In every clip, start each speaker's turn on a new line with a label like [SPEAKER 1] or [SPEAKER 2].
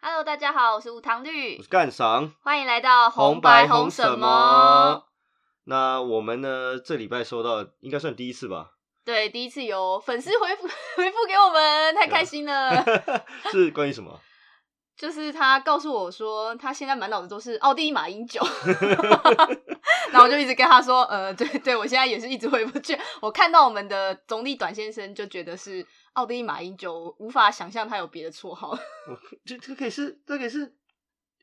[SPEAKER 1] Hello，大家好，我是无糖绿
[SPEAKER 2] 我，是干赏，
[SPEAKER 1] 欢迎来到白红什么？？
[SPEAKER 2] 那我们呢？这礼拜收到应该算第一 次吧，
[SPEAKER 1] 对，第一次有粉丝回复 回复给我们，太开心 了。
[SPEAKER 2] 是关于什么？
[SPEAKER 1] 就是他告诉我说，他现在满脑子都是奥地利马 英九，然后我就一直跟他说，呃，对对，我现在也是一直回不去。我看到我们的总理短先生就觉得是奥地利马英九，我无法想象他有别的绰号。
[SPEAKER 2] 这这可以是，这可以是。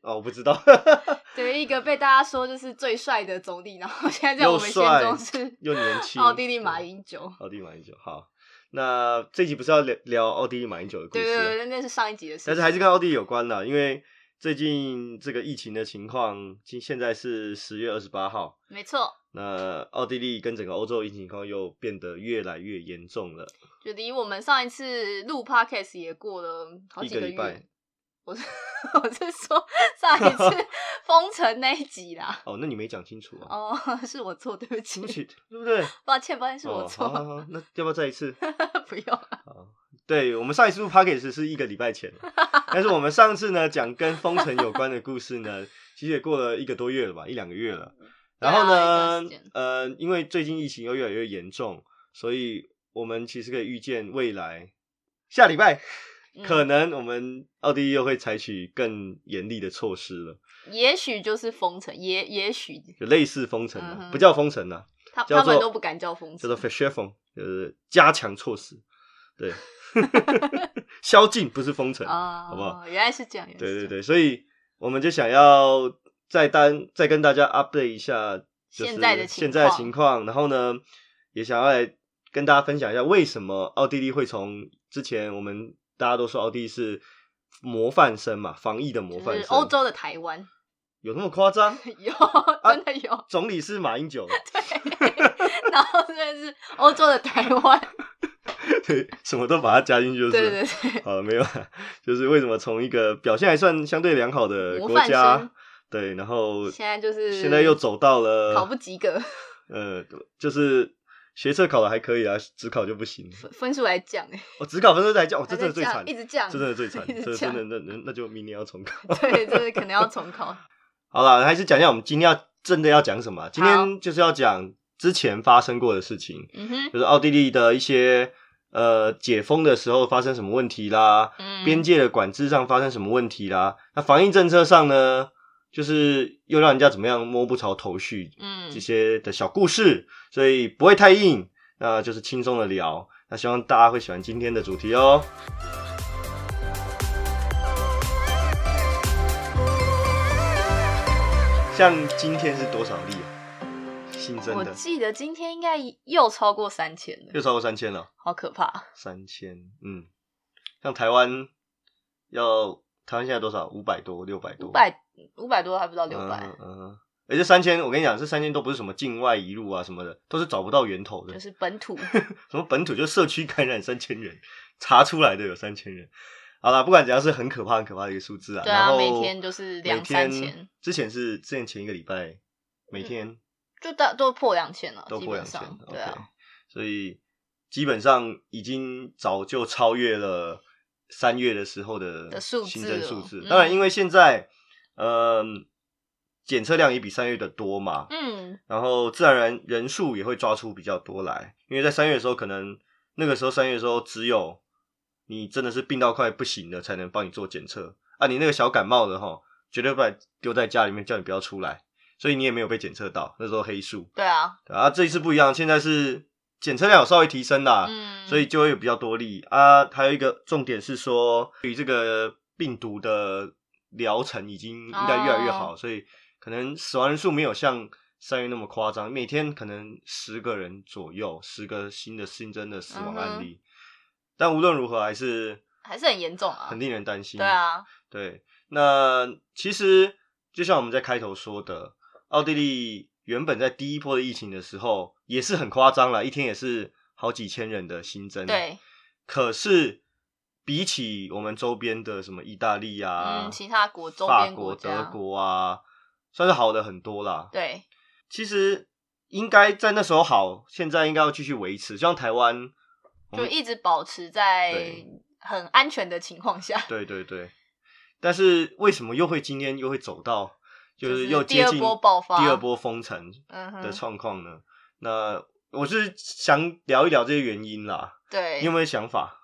[SPEAKER 2] 哦，我不知道，
[SPEAKER 1] 对，一个被大家说就是最帅的总理，然后现在在我们心中是
[SPEAKER 2] 又年轻，
[SPEAKER 1] 奥地利马英九。
[SPEAKER 2] 奥地利马英九。好，那这集不是要聊聊奥地利马英九的故
[SPEAKER 1] 对
[SPEAKER 2] 事、啊
[SPEAKER 1] 对对，那是上一集的事情。
[SPEAKER 2] 但是还是跟奥地利有关的，因为最近这个疫情的情况，今现在是十月二十八号，
[SPEAKER 1] 没错，
[SPEAKER 2] 那奥地利跟整个欧洲疫情情况又变得越来越严重了，
[SPEAKER 1] 就离我们上一次录 podcast 也过了好
[SPEAKER 2] 一
[SPEAKER 1] 几
[SPEAKER 2] 个礼
[SPEAKER 1] 月
[SPEAKER 2] 拜。。
[SPEAKER 1] 我是 我是说上一 次封城那一集啦。
[SPEAKER 2] 哦，那你没讲清楚啊，
[SPEAKER 1] 哦， 是我错，对不起
[SPEAKER 2] 对不，起， 对不对？
[SPEAKER 1] 抱歉，抱歉， 是我
[SPEAKER 2] 哦，好
[SPEAKER 1] 错，
[SPEAKER 2] 好好，那要不要再一次？
[SPEAKER 1] 不用。
[SPEAKER 2] 对我们上一次录 p o c k e t 是一个礼拜前 了，但是我们上次呢讲跟封城有关的故事呢，其实也过了一个多月了吧，一两个月了。然后
[SPEAKER 1] 对啊一段
[SPEAKER 2] 呢
[SPEAKER 1] 时间，
[SPEAKER 2] 呃，因为最近疫情又越来越严重，所以我们其实可以预见未来下礼拜
[SPEAKER 1] 嗯
[SPEAKER 2] 可能我们奥地利又会采取更严厉的措施了，
[SPEAKER 1] 也许就是封城，也也许
[SPEAKER 2] 就类似封
[SPEAKER 1] 嗯
[SPEAKER 2] 城了，
[SPEAKER 1] 哼
[SPEAKER 2] 不叫封城了，
[SPEAKER 1] 他
[SPEAKER 2] 叫
[SPEAKER 1] 他们
[SPEAKER 2] 做
[SPEAKER 1] 都不敢叫封
[SPEAKER 2] 叫
[SPEAKER 1] 城
[SPEAKER 2] 做 f a s h e f o n 就是加强措施，对， 宵禁不是封城，
[SPEAKER 1] 啊，
[SPEAKER 2] 好不好？
[SPEAKER 1] 原来是这样，原来
[SPEAKER 2] 对
[SPEAKER 1] 是
[SPEAKER 2] 对
[SPEAKER 1] 这样，
[SPEAKER 2] 对，所以我们就想要再单再跟大家 update 一下，就是
[SPEAKER 1] 现在的情
[SPEAKER 2] 现在的
[SPEAKER 1] 况
[SPEAKER 2] 情况，然后呢，也想要来跟大家分享一下为什么奥地利会从之前我们大家都说奥地利是模范生嘛，防疫的模范
[SPEAKER 1] 就是
[SPEAKER 2] 生，
[SPEAKER 1] 欧洲的台湾
[SPEAKER 2] 有那么夸张？
[SPEAKER 1] 有
[SPEAKER 2] 啊
[SPEAKER 1] 真的有，
[SPEAKER 2] 总理是马英 九，
[SPEAKER 1] 然后真的是欧洲的台湾，
[SPEAKER 2] 对，什么都把它加进去就是。
[SPEAKER 1] 对对 对，
[SPEAKER 2] 好了，没有啦，就是为什么从一个表现还算相对良好的
[SPEAKER 1] 模
[SPEAKER 2] 呃国
[SPEAKER 1] 范生
[SPEAKER 2] 家，对，然后
[SPEAKER 1] 现在就是
[SPEAKER 2] 现在又走到了
[SPEAKER 1] 考不及格，
[SPEAKER 2] 呃，就是学测考的还可以啊，只考就不行。
[SPEAKER 1] 分数来降哎，
[SPEAKER 2] 我、哦、只考分数才叫，哦，这
[SPEAKER 1] 还
[SPEAKER 2] 真
[SPEAKER 1] 在
[SPEAKER 2] 的最
[SPEAKER 1] 降，
[SPEAKER 2] 惨，
[SPEAKER 1] 一
[SPEAKER 2] 这
[SPEAKER 1] 直降，
[SPEAKER 2] 真的最惨，
[SPEAKER 1] 一直
[SPEAKER 2] 这
[SPEAKER 1] 降
[SPEAKER 2] 真的那那那就明年要重考。
[SPEAKER 1] 对，就是可能要重考。
[SPEAKER 2] 好了，还是讲一下我们今天要真的要讲什么啊、今
[SPEAKER 1] 好
[SPEAKER 2] 天就是要讲之前发生过的事情，
[SPEAKER 1] 嗯哼，
[SPEAKER 2] 就是奥地利的一些呃解封的时候发生什么问题啦，
[SPEAKER 1] 嗯，
[SPEAKER 2] 边界的管制上发生什么问题啦，那防疫政策上呢，就是又让人家怎么样摸不着头绪，
[SPEAKER 1] 嗯
[SPEAKER 2] 这些的小故事，所以不会太硬，那就是轻松的聊。那希望大家会喜欢今天的主题哦。像今天是多少例啊？新增
[SPEAKER 1] 我
[SPEAKER 2] 的
[SPEAKER 1] 记得今天应该又超过三千了，
[SPEAKER 2] 又超过三千了，
[SPEAKER 1] 好可怕！
[SPEAKER 2] 三千，嗯，像台湾要台湾现在多少？五百多，六百多，
[SPEAKER 1] 五百五百多还不到六百、
[SPEAKER 2] 嗯嗯嗯而且三千，我跟你讲，这三千都不是什么境外一路啊什么的，都是找不到源头的
[SPEAKER 1] 就。是本土。
[SPEAKER 2] 什么本土就社区感染三千人，查出来的有三千人。好啦，不管怎样是很可怕、很可怕的一个数字啊。
[SPEAKER 1] 对
[SPEAKER 2] 然
[SPEAKER 1] 啊，
[SPEAKER 2] 后
[SPEAKER 1] 每天就是两三千
[SPEAKER 2] 每
[SPEAKER 1] 嗯
[SPEAKER 2] 天，之前是之前前一个礼拜，每天
[SPEAKER 1] 就到都破两千了，
[SPEAKER 2] 都
[SPEAKER 1] 基
[SPEAKER 2] 破
[SPEAKER 1] 本
[SPEAKER 2] 两千
[SPEAKER 1] 上，对啊，
[SPEAKER 2] OK，所以基本上已经早就超越了三月的时候的
[SPEAKER 1] 的数字
[SPEAKER 2] 新增数
[SPEAKER 1] 了
[SPEAKER 2] 字。
[SPEAKER 1] 嗯
[SPEAKER 2] 当然，因为现在呃检测量也比三月的多嘛，
[SPEAKER 1] 嗯，
[SPEAKER 2] 然后自然人人数也会抓出比较多来，因为在三月的时候，可能那个时候三月的时候，只有你真的是病到快不行了，才能帮你做检测啊。你那个小感冒的哈，绝对把你丢在家里面，叫你不要出来，所以你也没有被检测到，那时候黑数
[SPEAKER 1] 对啊，
[SPEAKER 2] 对啊。这一次不一样，现在是检测量有稍微提升啦，
[SPEAKER 1] 嗯，
[SPEAKER 2] 啊所以就会有比较多例啊。还有一个重点是说，对于这个病毒的疗程已经应该越来越
[SPEAKER 1] 哦
[SPEAKER 2] 好，所以可能死亡人数没有像三月那么夸张，每天可能十个人左右，十个新的新增的死
[SPEAKER 1] 嗯
[SPEAKER 2] 亡案例。但无论如何，还是
[SPEAKER 1] 还是很严重啊
[SPEAKER 2] 很，令人担心。
[SPEAKER 1] 对，啊，
[SPEAKER 2] 对。那其实就像我们在开头说的，奥地利原本在第一波的疫情的时候也是很夸张了，一天也是好几千人的新增。
[SPEAKER 1] 对，
[SPEAKER 2] 可是比起我们周边的什么意大利啊、
[SPEAKER 1] 嗯，其他国周
[SPEAKER 2] 法
[SPEAKER 1] 边
[SPEAKER 2] 国、
[SPEAKER 1] 家，
[SPEAKER 2] 德国啊，算是好的很多啦。
[SPEAKER 1] 对，
[SPEAKER 2] 其实应该在那时候好，现在应该要继续维持。像台湾，我
[SPEAKER 1] 就
[SPEAKER 2] 们
[SPEAKER 1] 一直保持在
[SPEAKER 2] 对
[SPEAKER 1] 很安全的情况下，
[SPEAKER 2] 对对对，但是为什么又会今天又会走到，
[SPEAKER 1] 就是
[SPEAKER 2] 是又
[SPEAKER 1] 第
[SPEAKER 2] 接
[SPEAKER 1] 二
[SPEAKER 2] 近
[SPEAKER 1] 波爆发
[SPEAKER 2] 第二波封城
[SPEAKER 1] 嗯
[SPEAKER 2] 的
[SPEAKER 1] 哼，
[SPEAKER 2] 状况呢？那我是想聊一聊这些原因啦，
[SPEAKER 1] 对，
[SPEAKER 2] 你有没有想法？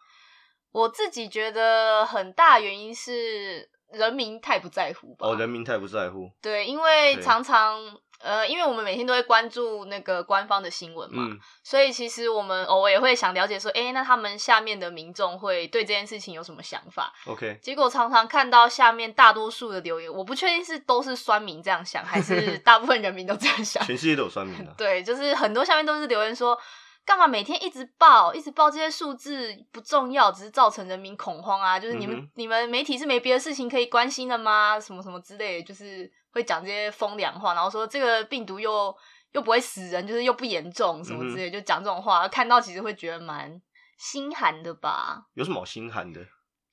[SPEAKER 1] 我自己觉得很大原因是人民太不在乎吧。
[SPEAKER 2] 哦，人民太不在乎，
[SPEAKER 1] 对，因为
[SPEAKER 2] 对
[SPEAKER 1] 常常呃，因为我们每天都会关注那个官方的新闻嘛，
[SPEAKER 2] 嗯，
[SPEAKER 1] 所以其实我们偶尔也会想了解说，诶，那他们下面的民众会对这件事情有什么想法？
[SPEAKER 2] OK，
[SPEAKER 1] 结果常常看到下面大多数的留言，我不确定是都是酸民这样想，还 是大部分人民都这样想。，
[SPEAKER 2] 全世界都有酸民的
[SPEAKER 1] 对，就是很多下面都是留言说，干嘛每天一直报，一直报这些数字不重要，只是造成人民恐慌啊！就是你们、
[SPEAKER 2] 嗯哼
[SPEAKER 1] 你们媒体是没别的事情可以关心的吗？什么什么之类的，就是会讲这些风凉话，然后说这个病毒又又不会死人，就是又不严重什么
[SPEAKER 2] 嗯
[SPEAKER 1] 之类的，就讲这种话，看到其实会觉得蛮心寒的吧。
[SPEAKER 2] 有什么好心寒的？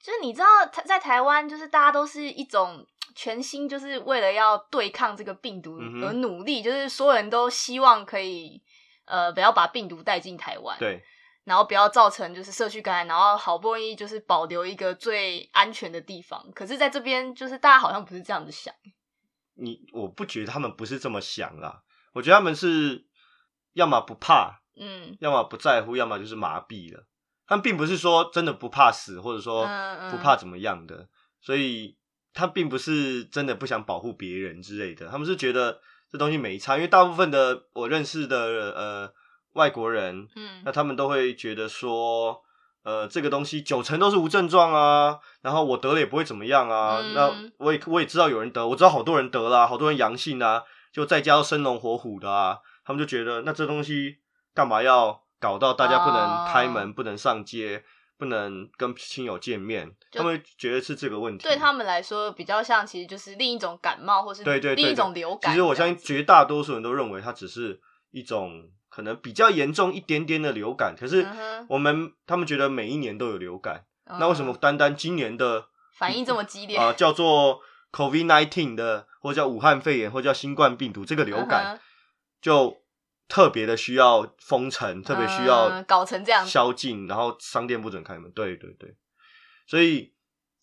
[SPEAKER 1] 就是你知道，台在台湾，就是大家都是一种全心，就是为了要对抗这个病毒
[SPEAKER 2] 嗯哼
[SPEAKER 1] 而努力，就是所有人都希望可以，呃，不要把病毒带进台湾，，
[SPEAKER 2] 对，
[SPEAKER 1] 然后不要造成就是社区感染，然后好不容易就是保留一个最安全的地方。可是，在这边就是大家好像不是这样子想，
[SPEAKER 2] 你我不觉得他们不是这么想啦，我觉得他们是要么不怕，
[SPEAKER 1] 嗯
[SPEAKER 2] 要么不在乎，要么就是麻痹了。他们并不是说真的不怕死，或者说
[SPEAKER 1] 嗯嗯
[SPEAKER 2] 哦不怕怎么样的，所以他并不是真的不想保护别人之类的。他们是觉得这东西没差，因为大部分的我认识的呃外国人，
[SPEAKER 1] 嗯
[SPEAKER 2] 那他们都会觉得说，呃，这个东西九成都是无症状啊，然后我得了也不会怎么样啊。
[SPEAKER 1] 嗯
[SPEAKER 2] 那我也我也知道有人得，我知道好多人得啦、好多人阳性啊，就在家都生龙活虎的啊。他们就觉得那这东西干嘛要搞到大家不
[SPEAKER 1] 哦
[SPEAKER 2] 能开门、不能上街、不能跟亲友见面？
[SPEAKER 1] 就
[SPEAKER 2] 他们觉得是这个问题。
[SPEAKER 1] 对他们来说比较像，其实就是另一种感冒，或是
[SPEAKER 2] 对对对
[SPEAKER 1] 另一
[SPEAKER 2] 对
[SPEAKER 1] 种流感这样
[SPEAKER 2] 其
[SPEAKER 1] 子。
[SPEAKER 2] 实我相信绝大多数人都认为它只是一种可能比较严重一点点的流感，可是
[SPEAKER 1] 嗯哼
[SPEAKER 2] 我们他们觉得每一年都有流感，
[SPEAKER 1] 嗯，
[SPEAKER 2] 那为什么单单今年的
[SPEAKER 1] 反应这么激烈？
[SPEAKER 2] 啊、呃叫做 COVID nineteen 的，或叫武汉肺炎，或叫新冠病毒这个流
[SPEAKER 1] 嗯
[SPEAKER 2] 感
[SPEAKER 1] 哼，
[SPEAKER 2] 就特别的需要封城，特别需要
[SPEAKER 1] 嗯搞成这样子
[SPEAKER 2] 宵禁，然后商店不准开门。对对对，所以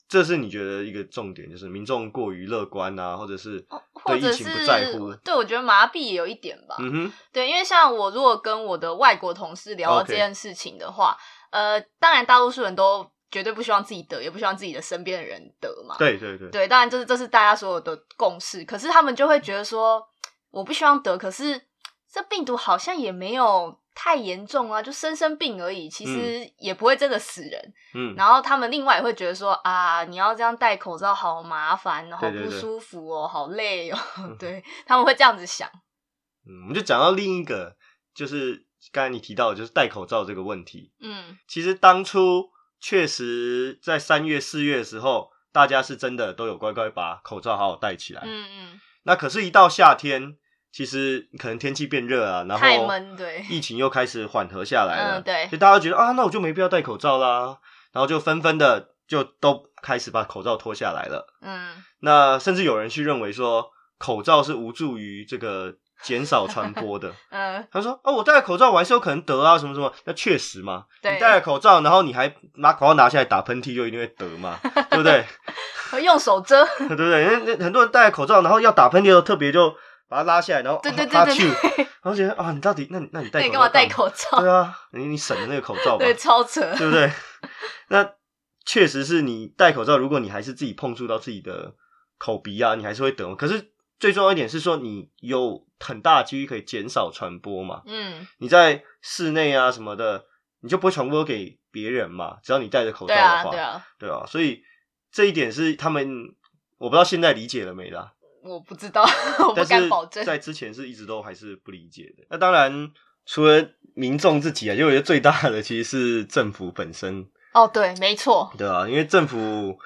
[SPEAKER 2] 这是你觉得一个重点，就是民众过于乐观啊，或者是
[SPEAKER 1] 哦或
[SPEAKER 2] 对
[SPEAKER 1] 者
[SPEAKER 2] 疫情不在乎
[SPEAKER 1] 是。哦对我觉得麻痹也有一点吧。
[SPEAKER 2] 嗯哼，
[SPEAKER 1] 对，因为像我如果跟我的外国同事聊到
[SPEAKER 2] OK
[SPEAKER 1] 这件事情的话呃，当然大多数人都绝对不希望自己得，也不希望自己的身边的人得嘛。
[SPEAKER 2] 对对对，
[SPEAKER 1] 对，当然这是这是大家所有的共识。可是他们就会觉得说，我不希望得，可是这病毒好像也没有太严重啊，就生生病而已，其实也不会真的死人。
[SPEAKER 2] 嗯，
[SPEAKER 1] 然后他们另外也会觉得说啊，你要这样戴口罩好麻烦，好
[SPEAKER 2] 对对
[SPEAKER 1] 不
[SPEAKER 2] 对嗯
[SPEAKER 1] 舒服哦，好累哦， 对他们会这样子想。
[SPEAKER 2] 嗯我们就讲到另一个，就是刚才你提到的，就是戴口罩这个问题。
[SPEAKER 1] 嗯
[SPEAKER 2] 其实当初确实在三月、四月的时候，大家是真的都有乖乖把口罩好好戴起来。
[SPEAKER 1] 嗯
[SPEAKER 2] 那可是，一到夏天，其实可能天气变热啊，然
[SPEAKER 1] 嗯太
[SPEAKER 2] 后
[SPEAKER 1] 闷对
[SPEAKER 2] 疫情又开始缓和下来了，
[SPEAKER 1] 嗯对
[SPEAKER 2] 所以大家觉得啊，那我就没必要戴口罩啦，然后就纷纷的就都开始把口罩脱下来了。
[SPEAKER 1] 嗯
[SPEAKER 2] 那甚至有人去认为说，口罩是无助于这个减少传 播的。
[SPEAKER 1] 嗯
[SPEAKER 2] 他说：“哦，我戴了口罩，我还是有可能得啊，什么什么。那确实嘛，
[SPEAKER 1] 对
[SPEAKER 2] 你戴了口罩，然后你还拿口罩拿下来打喷嚏，就一定会得 嘛，对不对？
[SPEAKER 1] 嗯，用手 遮，
[SPEAKER 2] 对不对？因为很多人戴了口罩，然后要打喷嚏的时候，特别就把它拉下来，然后
[SPEAKER 1] 对对
[SPEAKER 2] 啊
[SPEAKER 1] 对
[SPEAKER 2] 哈
[SPEAKER 1] 对
[SPEAKER 2] 啾
[SPEAKER 1] 对，
[SPEAKER 2] 然后觉得啊，你到底那你那你戴
[SPEAKER 1] 那
[SPEAKER 2] 口
[SPEAKER 1] 你
[SPEAKER 2] 罩
[SPEAKER 1] 干嘛戴
[SPEAKER 2] 嘛？
[SPEAKER 1] 口罩？
[SPEAKER 2] 对啊，你你省了那个口 罩吧，
[SPEAKER 1] 对，超 扯。
[SPEAKER 2] 对不对？那确实是你戴口罩，如果你还是自己碰触到自己的口鼻啊，你还是会得。可是最重要一点是说，你有很大的几率可以减少传播嘛。
[SPEAKER 1] 嗯，
[SPEAKER 2] 你在室内啊什么的，你就不会传播给别人嘛。只要你戴着口罩
[SPEAKER 1] 对
[SPEAKER 2] 的话，
[SPEAKER 1] 啊对啊，
[SPEAKER 2] 对啊所以这一点是他们，我不知道现在理解了没啦，
[SPEAKER 1] 我不知道， 我不
[SPEAKER 2] 但
[SPEAKER 1] 敢
[SPEAKER 2] 是
[SPEAKER 1] 保证。
[SPEAKER 2] 在之前是一直都还是不理解的。那当然，除了民众自己啊，因为我觉得最大的其实是政府本身，
[SPEAKER 1] 哦，对，没错，
[SPEAKER 2] 对啊，因为政府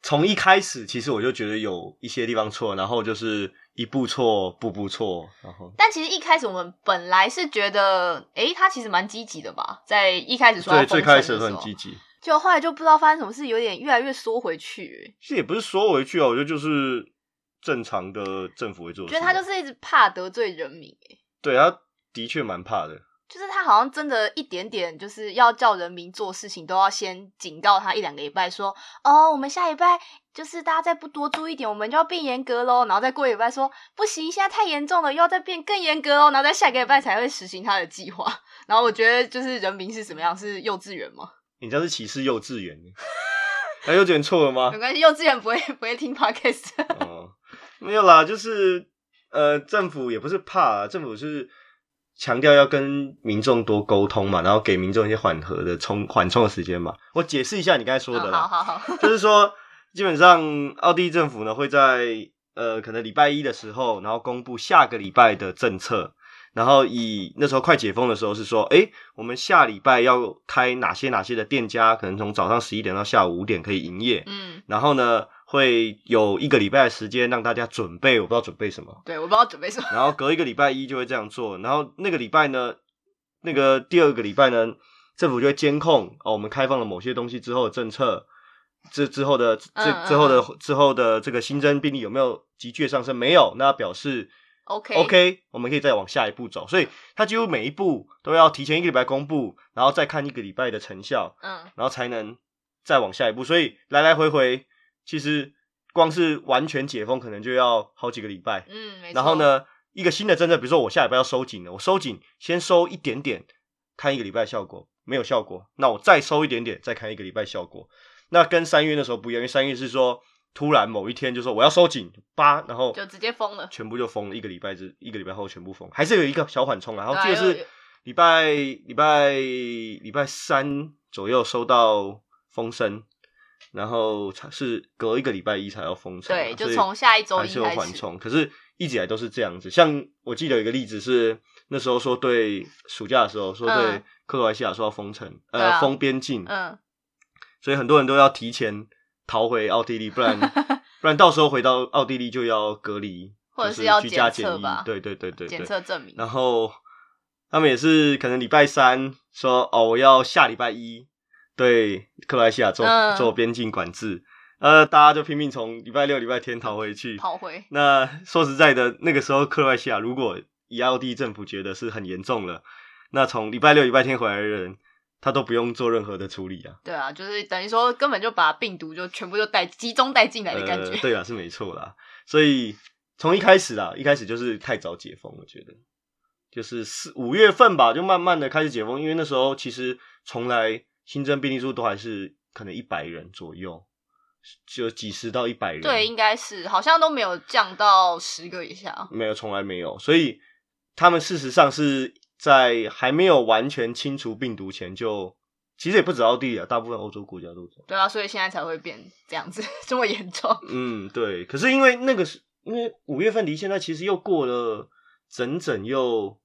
[SPEAKER 2] 从一开始，其实我就觉得有一些地方错，然后就是一步错，步步错，然后
[SPEAKER 1] 但其实一开始我们本来是觉得，诶，他其实蛮积极的吧，在一开始说要
[SPEAKER 2] 对最
[SPEAKER 1] 封城
[SPEAKER 2] 开始
[SPEAKER 1] 的
[SPEAKER 2] 很
[SPEAKER 1] 时候
[SPEAKER 2] 积，极。
[SPEAKER 1] 就后来就不知道发生什么事，有点越来越缩回去、欸
[SPEAKER 2] 其实也不是缩回去啊，我觉得就是正常的政府会做的
[SPEAKER 1] 觉
[SPEAKER 2] 事
[SPEAKER 1] 得
[SPEAKER 2] 吧。
[SPEAKER 1] 他就是一直怕得罪人民、欸
[SPEAKER 2] 对他的确蛮怕的，
[SPEAKER 1] 就是他好像真的一点点，就是要叫人民做事情，都要先警告他一两个礼拜说，哦，我们下礼拜就是大家再不多注意一点，我们就要变严格喽。然后再过一个礼拜说不行，现在太严重了，又要再变更严格喽。然后在下个礼拜才会实行他的计划。然后我觉得就是人民是什么样？是幼稚园吗？
[SPEAKER 2] 你这样是歧视幼稚 园，那、幼稚园错了吗
[SPEAKER 1] 没？关系，幼稚园不会不会听 podcast。
[SPEAKER 2] 哦，没有啦，就是呃，政府也不是怕啊、政府是强调要跟民众多沟通嘛，然后给民众一些缓和的冲缓冲的时间嘛。我解释一下你刚才说的
[SPEAKER 1] 嗯
[SPEAKER 2] 啦，
[SPEAKER 1] 好好好，
[SPEAKER 2] 就是说，基本上奥地利政府呢会在呃可能礼拜一的时候，然后公布下个礼拜的政策，然后以那时候快解封的时候是说，诶，我们下礼拜要开哪些哪些的店家，可能从早上十一点到下午五点可以营业，
[SPEAKER 1] 嗯，
[SPEAKER 2] 然后呢会有一个礼拜的时间让大家准备，我不知道准备什么，
[SPEAKER 1] 对，我不知道准备什么。
[SPEAKER 2] 然后隔一个礼拜一就会这样做，然后那个礼拜呢，那个第二个礼拜呢，政府就会监控哦，我们开放了某些东西之后的政策，这之后的
[SPEAKER 1] 嗯
[SPEAKER 2] 这之后的之后的这个新增病例有没有急剧的上升？没有，那表示
[SPEAKER 1] OK
[SPEAKER 2] OK，我们可以再往下一步走。所以它几乎每一步都要提前一个礼拜公布，然后再看一个礼拜的成效，
[SPEAKER 1] 嗯，
[SPEAKER 2] 然后才能再往下一步。所以来来回回，其实光是完全解封可能就要好几个礼拜。
[SPEAKER 1] 嗯，没错。
[SPEAKER 2] 然后？呢，一个新的政策，比如说我下礼拜要收紧了，我收紧先收一点点，看一个礼拜效果，没有效果，那我再收一点点，再看一个礼拜效果。那跟三月那时候不一样，因为三月是说突然某一天就说我要收紧八，然后
[SPEAKER 1] 就直接封了
[SPEAKER 2] 全部就封了，一个礼拜之一个礼拜后全部封，还是有一个小缓冲啊。然后
[SPEAKER 1] 对啊
[SPEAKER 2] 记得
[SPEAKER 1] 有
[SPEAKER 2] 是礼拜礼拜礼拜三左右收到风声。然后才是隔一个礼拜一才要封城嘛，
[SPEAKER 1] 对，
[SPEAKER 2] 啊所
[SPEAKER 1] 就
[SPEAKER 2] 以
[SPEAKER 1] 从下一周
[SPEAKER 2] 还
[SPEAKER 1] 一
[SPEAKER 2] 是有
[SPEAKER 1] 开
[SPEAKER 2] 缓
[SPEAKER 1] 始。
[SPEAKER 2] 冲，可是一直以来都是这样子。像我记得有一个例子是那时候说对暑假的时候说对
[SPEAKER 1] 嗯
[SPEAKER 2] 克罗埃西亚说要封城，
[SPEAKER 1] 对啊
[SPEAKER 2] 呃，封边境，
[SPEAKER 1] 嗯，
[SPEAKER 2] 所以很多人都要提前逃回奥地利，不然不然到时候回到奥地利就要隔离，
[SPEAKER 1] 或者
[SPEAKER 2] 就是
[SPEAKER 1] 要
[SPEAKER 2] 居家
[SPEAKER 1] 检
[SPEAKER 2] 检
[SPEAKER 1] 测
[SPEAKER 2] 疫
[SPEAKER 1] 吧，
[SPEAKER 2] 对对对对
[SPEAKER 1] 检
[SPEAKER 2] 对。
[SPEAKER 1] 测证明。
[SPEAKER 2] 然后他们也是可能礼拜三说哦，我要下礼拜一对克罗埃西亚做、
[SPEAKER 1] 嗯
[SPEAKER 2] 做边境管制，呃，大家就拼命从礼拜六、礼拜天逃回去，
[SPEAKER 1] 跑回，
[SPEAKER 2] 那说实在的，那个时候克罗埃西亚如果以奥地利政府觉得是很严重了，那从礼拜六、礼拜天回来的人，他都不用做任何的处理啊。
[SPEAKER 1] 对啊，就是等于说根本就把病毒就全部就带集中带进来的感觉。
[SPEAKER 2] 呃，对啦，是没错啦。所以从一开始啦，一开始就是太早解封，我觉得就是四五月份吧，就慢慢的开始解封，因为那时候其实从来新增病例数都还是可能一百人左右，就几十到一百人，
[SPEAKER 1] 对，应该是好像都没有降到十个以下。
[SPEAKER 2] 没有，从来没有。所以他们事实上是在还没有完全清除病毒前就，其实也不止奥地利啊，大部分欧洲国家都这样。
[SPEAKER 1] 对啊，所以现在才会变这样子 这么严重。
[SPEAKER 2] 嗯，对。可是因为那个是，因为五月份离现在其实又过了整整又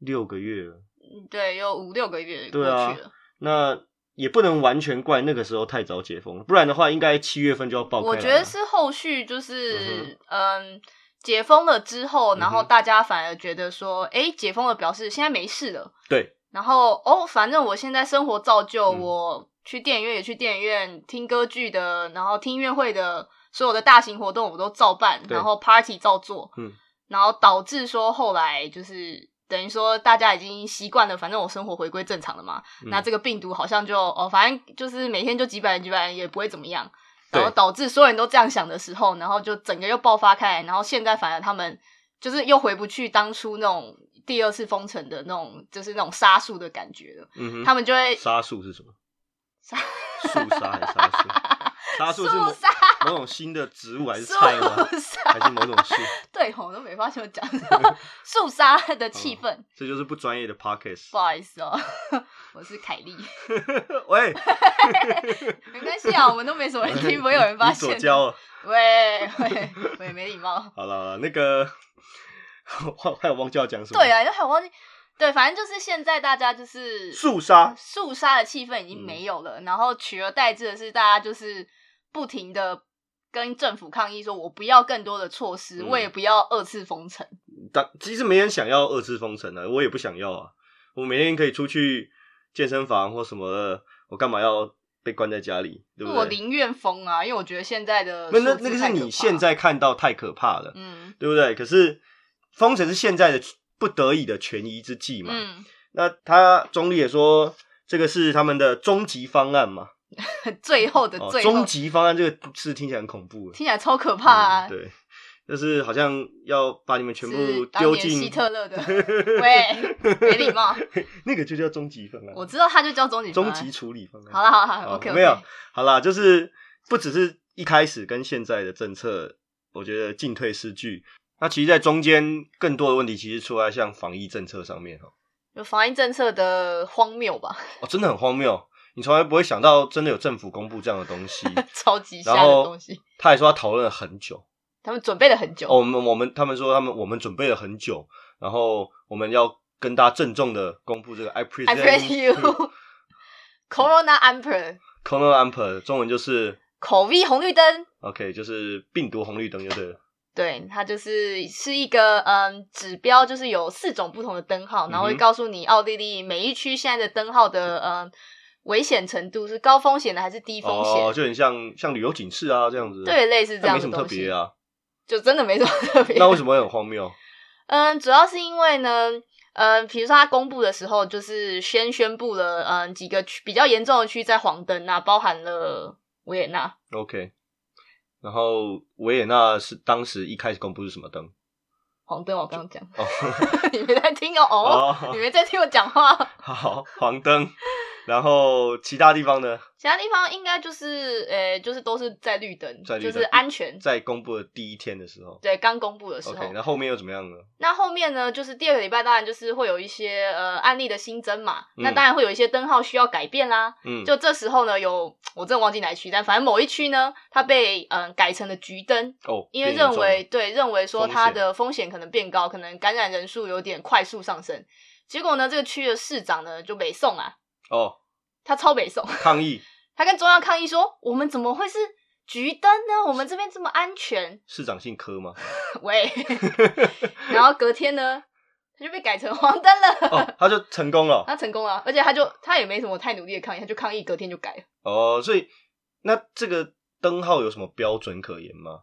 [SPEAKER 2] 六个月了，
[SPEAKER 1] 对，有五六个月过
[SPEAKER 2] 对
[SPEAKER 1] 去
[SPEAKER 2] 啊
[SPEAKER 1] 了。
[SPEAKER 2] 那也不能完全怪那个时候太早解封，不然的话应该七月份就要爆开
[SPEAKER 1] 我
[SPEAKER 2] 来
[SPEAKER 1] 觉得
[SPEAKER 2] 了啊
[SPEAKER 1] 是后续就是嗯解封了之后，然后
[SPEAKER 2] 嗯哼
[SPEAKER 1] 大家反而觉得说，诶，解封了表示现在没事了。
[SPEAKER 2] 对，
[SPEAKER 1] 然后哦，反正我现在生活照旧，
[SPEAKER 2] 嗯
[SPEAKER 1] 我去电影院也去电影院，听歌剧的，然后听音乐会的，所有的大型活动我都照办，
[SPEAKER 2] 对
[SPEAKER 1] 然后 party 照做，
[SPEAKER 2] 嗯，
[SPEAKER 1] 然后导致说后来就是等于说大家已经习惯了，反正我生活回归正常了嘛，
[SPEAKER 2] 嗯
[SPEAKER 1] 那这个病毒好像就哦，反正就是每天就几百人几百人也不会怎么样，
[SPEAKER 2] 对
[SPEAKER 1] 然后导致所有人都这样想的时候，然后就整个又爆发开来，然后现在反而他们就是又回不去当初那种第二次封城的那种，就是那种杀数的感觉了。
[SPEAKER 2] 嗯
[SPEAKER 1] 他
[SPEAKER 2] 哼，
[SPEAKER 1] 们就会
[SPEAKER 2] 杀树是什 么？
[SPEAKER 1] 杀
[SPEAKER 2] 树杀还是杀树？杀树是某
[SPEAKER 1] 树杀
[SPEAKER 2] 某种新的植物还是
[SPEAKER 1] 肃
[SPEAKER 2] 菜吗？
[SPEAKER 1] 杀，
[SPEAKER 2] 还是某种树？
[SPEAKER 1] 对吼，我都没发现我讲肃杀的
[SPEAKER 2] 哦
[SPEAKER 1] 气氛，
[SPEAKER 2] 这就是不专业的
[SPEAKER 1] 不
[SPEAKER 2] podcast。
[SPEAKER 1] 好意思哦，我是凯莉，
[SPEAKER 2] 喂，
[SPEAKER 1] 没关系啊，我们都没什 么人听，不会有人发
[SPEAKER 2] 你左
[SPEAKER 1] 现的。
[SPEAKER 2] 交了。
[SPEAKER 1] 喂喂，我也没礼貌。
[SPEAKER 2] 好了，好了那个 我还有忘记要讲什么。
[SPEAKER 1] 对，啊，就很忘记。对，反正就是现在大家就是
[SPEAKER 2] 肃杀。
[SPEAKER 1] 肃杀的气氛已经
[SPEAKER 2] 嗯
[SPEAKER 1] 没有了，然后取而代之的是大家就是不停的跟政府抗议，说我不要更多的措施，
[SPEAKER 2] 嗯
[SPEAKER 1] 我也不要二次封城。
[SPEAKER 2] 但其实没人想要二次封城啊，我也不想要啊。我每天可以出去健身房或什么的，我干嘛要被关在家里？对不
[SPEAKER 1] 我
[SPEAKER 2] 对？
[SPEAKER 1] 宁愿封啊，因为我觉得现在的
[SPEAKER 2] 那那
[SPEAKER 1] 数字
[SPEAKER 2] 那个
[SPEAKER 1] 太
[SPEAKER 2] 是
[SPEAKER 1] 可
[SPEAKER 2] 你
[SPEAKER 1] 怕
[SPEAKER 2] 现在看到太可怕了，
[SPEAKER 1] 嗯
[SPEAKER 2] 对不对？可是封城是现在的不得已的权宜之计嘛。
[SPEAKER 1] 嗯
[SPEAKER 2] 那他中立也说，这个是他们的终极方案嘛？
[SPEAKER 1] 最后的
[SPEAKER 2] 哦，
[SPEAKER 1] 最后，
[SPEAKER 2] 终极方案这个字听起来很恐怖。
[SPEAKER 1] 听起来超可怕啊！
[SPEAKER 2] 嗯对，就是好像要把你们全部
[SPEAKER 1] 是当
[SPEAKER 2] 丢
[SPEAKER 1] 年希
[SPEAKER 2] 进，
[SPEAKER 1] 特 勒的，喂，没礼貌。
[SPEAKER 2] 那个就叫终极方案，
[SPEAKER 1] 我知道他就叫终极方
[SPEAKER 2] 终
[SPEAKER 1] 案
[SPEAKER 2] 极处理方案。
[SPEAKER 1] 好了好了好了
[SPEAKER 2] 哦
[SPEAKER 1] ，OK，
[SPEAKER 2] 没有，好啦，就是不只是一开始跟现在的政策，我觉得进退失据。那其实，在中间更多的问题，其实出在像防疫政策上面哦，
[SPEAKER 1] 有防疫政策的荒谬吧，
[SPEAKER 2] 哦，真的很荒谬，你从来不会想到真的有政府公布这样的东 西。
[SPEAKER 1] 超级瞎
[SPEAKER 2] 然
[SPEAKER 1] 的
[SPEAKER 2] 后
[SPEAKER 1] 东西。
[SPEAKER 2] 他还说他讨论了很久，
[SPEAKER 1] 他们准备了很久，
[SPEAKER 2] 哦，我们我们他们说他们我们准备了很久，然后我们要跟大家郑重的公布这个 I 嗯 present
[SPEAKER 1] I pray you, Corona Amper,
[SPEAKER 2] c o r o n a amper，中文就是
[SPEAKER 1] 口 V 红绿灯。
[SPEAKER 2] OK，就是病毒红绿灯就对了。
[SPEAKER 1] 对，它就是是一个嗯指标，就是有四种不同的灯号，然后
[SPEAKER 2] 嗯
[SPEAKER 1] 会
[SPEAKER 2] 哼
[SPEAKER 1] 告诉你奥地利每一区现在的灯号的嗯危险程度是高风险的还是低风险，
[SPEAKER 2] 哦，就很像像旅游警示啊这样子。
[SPEAKER 1] 对，类似这
[SPEAKER 2] 但
[SPEAKER 1] 样的
[SPEAKER 2] 没什么特
[SPEAKER 1] 东西，
[SPEAKER 2] 别啊。
[SPEAKER 1] 就真的没什么特别。
[SPEAKER 2] 那为什么会很荒谬？
[SPEAKER 1] 嗯，主要是因为呢，嗯，比如说他公布的时候，就是先宣布了，嗯，几个区比较严重的区在黄灯啊，包含了维也纳，
[SPEAKER 2] OK，然后维也纳是当时一开始公布是什么灯？
[SPEAKER 1] 黄灯我刚刚讲，
[SPEAKER 2] 哦，
[SPEAKER 1] 你没在听哦，哦，你
[SPEAKER 2] 哦，
[SPEAKER 1] 没在听我讲话。
[SPEAKER 2] 好，黄灯。然后其他地方呢，
[SPEAKER 1] 其他地方应该就是，呃，就是都是在绿灯，
[SPEAKER 2] 在绿
[SPEAKER 1] 就是
[SPEAKER 2] 灯
[SPEAKER 1] 安全。
[SPEAKER 2] 在公布的第一天的时候
[SPEAKER 1] 对，刚公布的时候
[SPEAKER 2] ，OK，那后面又怎么样呢？
[SPEAKER 1] 那后面呢，就是第二个礼拜，当然就是会有一些呃案例的新增嘛，
[SPEAKER 2] 嗯
[SPEAKER 1] 那当然会有一些灯号需要改变啦。
[SPEAKER 2] 嗯，
[SPEAKER 1] 就这时候呢，有我真的忘记哪一区，但反正某一区呢，它被嗯、改成了橘灯，
[SPEAKER 2] 哦，
[SPEAKER 1] 因为
[SPEAKER 2] 变严
[SPEAKER 1] 认
[SPEAKER 2] 重
[SPEAKER 1] 为对认为说它
[SPEAKER 2] 风险
[SPEAKER 1] 的风险可能变高，可能感染人数有点快速上升。结果呢，这个区的市长呢就北宋啊，
[SPEAKER 2] 哦
[SPEAKER 1] 他超北宋，
[SPEAKER 2] 抗议，
[SPEAKER 1] 他跟中央抗议说：“我们怎么会是橘灯呢？我们这边这么安全，
[SPEAKER 2] 市长姓柯吗？
[SPEAKER 1] 喂。”然后隔天呢，他就被改成黄灯了。
[SPEAKER 2] 哦，他就成功 了。
[SPEAKER 1] 他成功了，而且他就他也没什么太努力的抗议，他就抗议，隔天就改了。
[SPEAKER 2] 哦，所以那这个灯号有什么标准可言吗？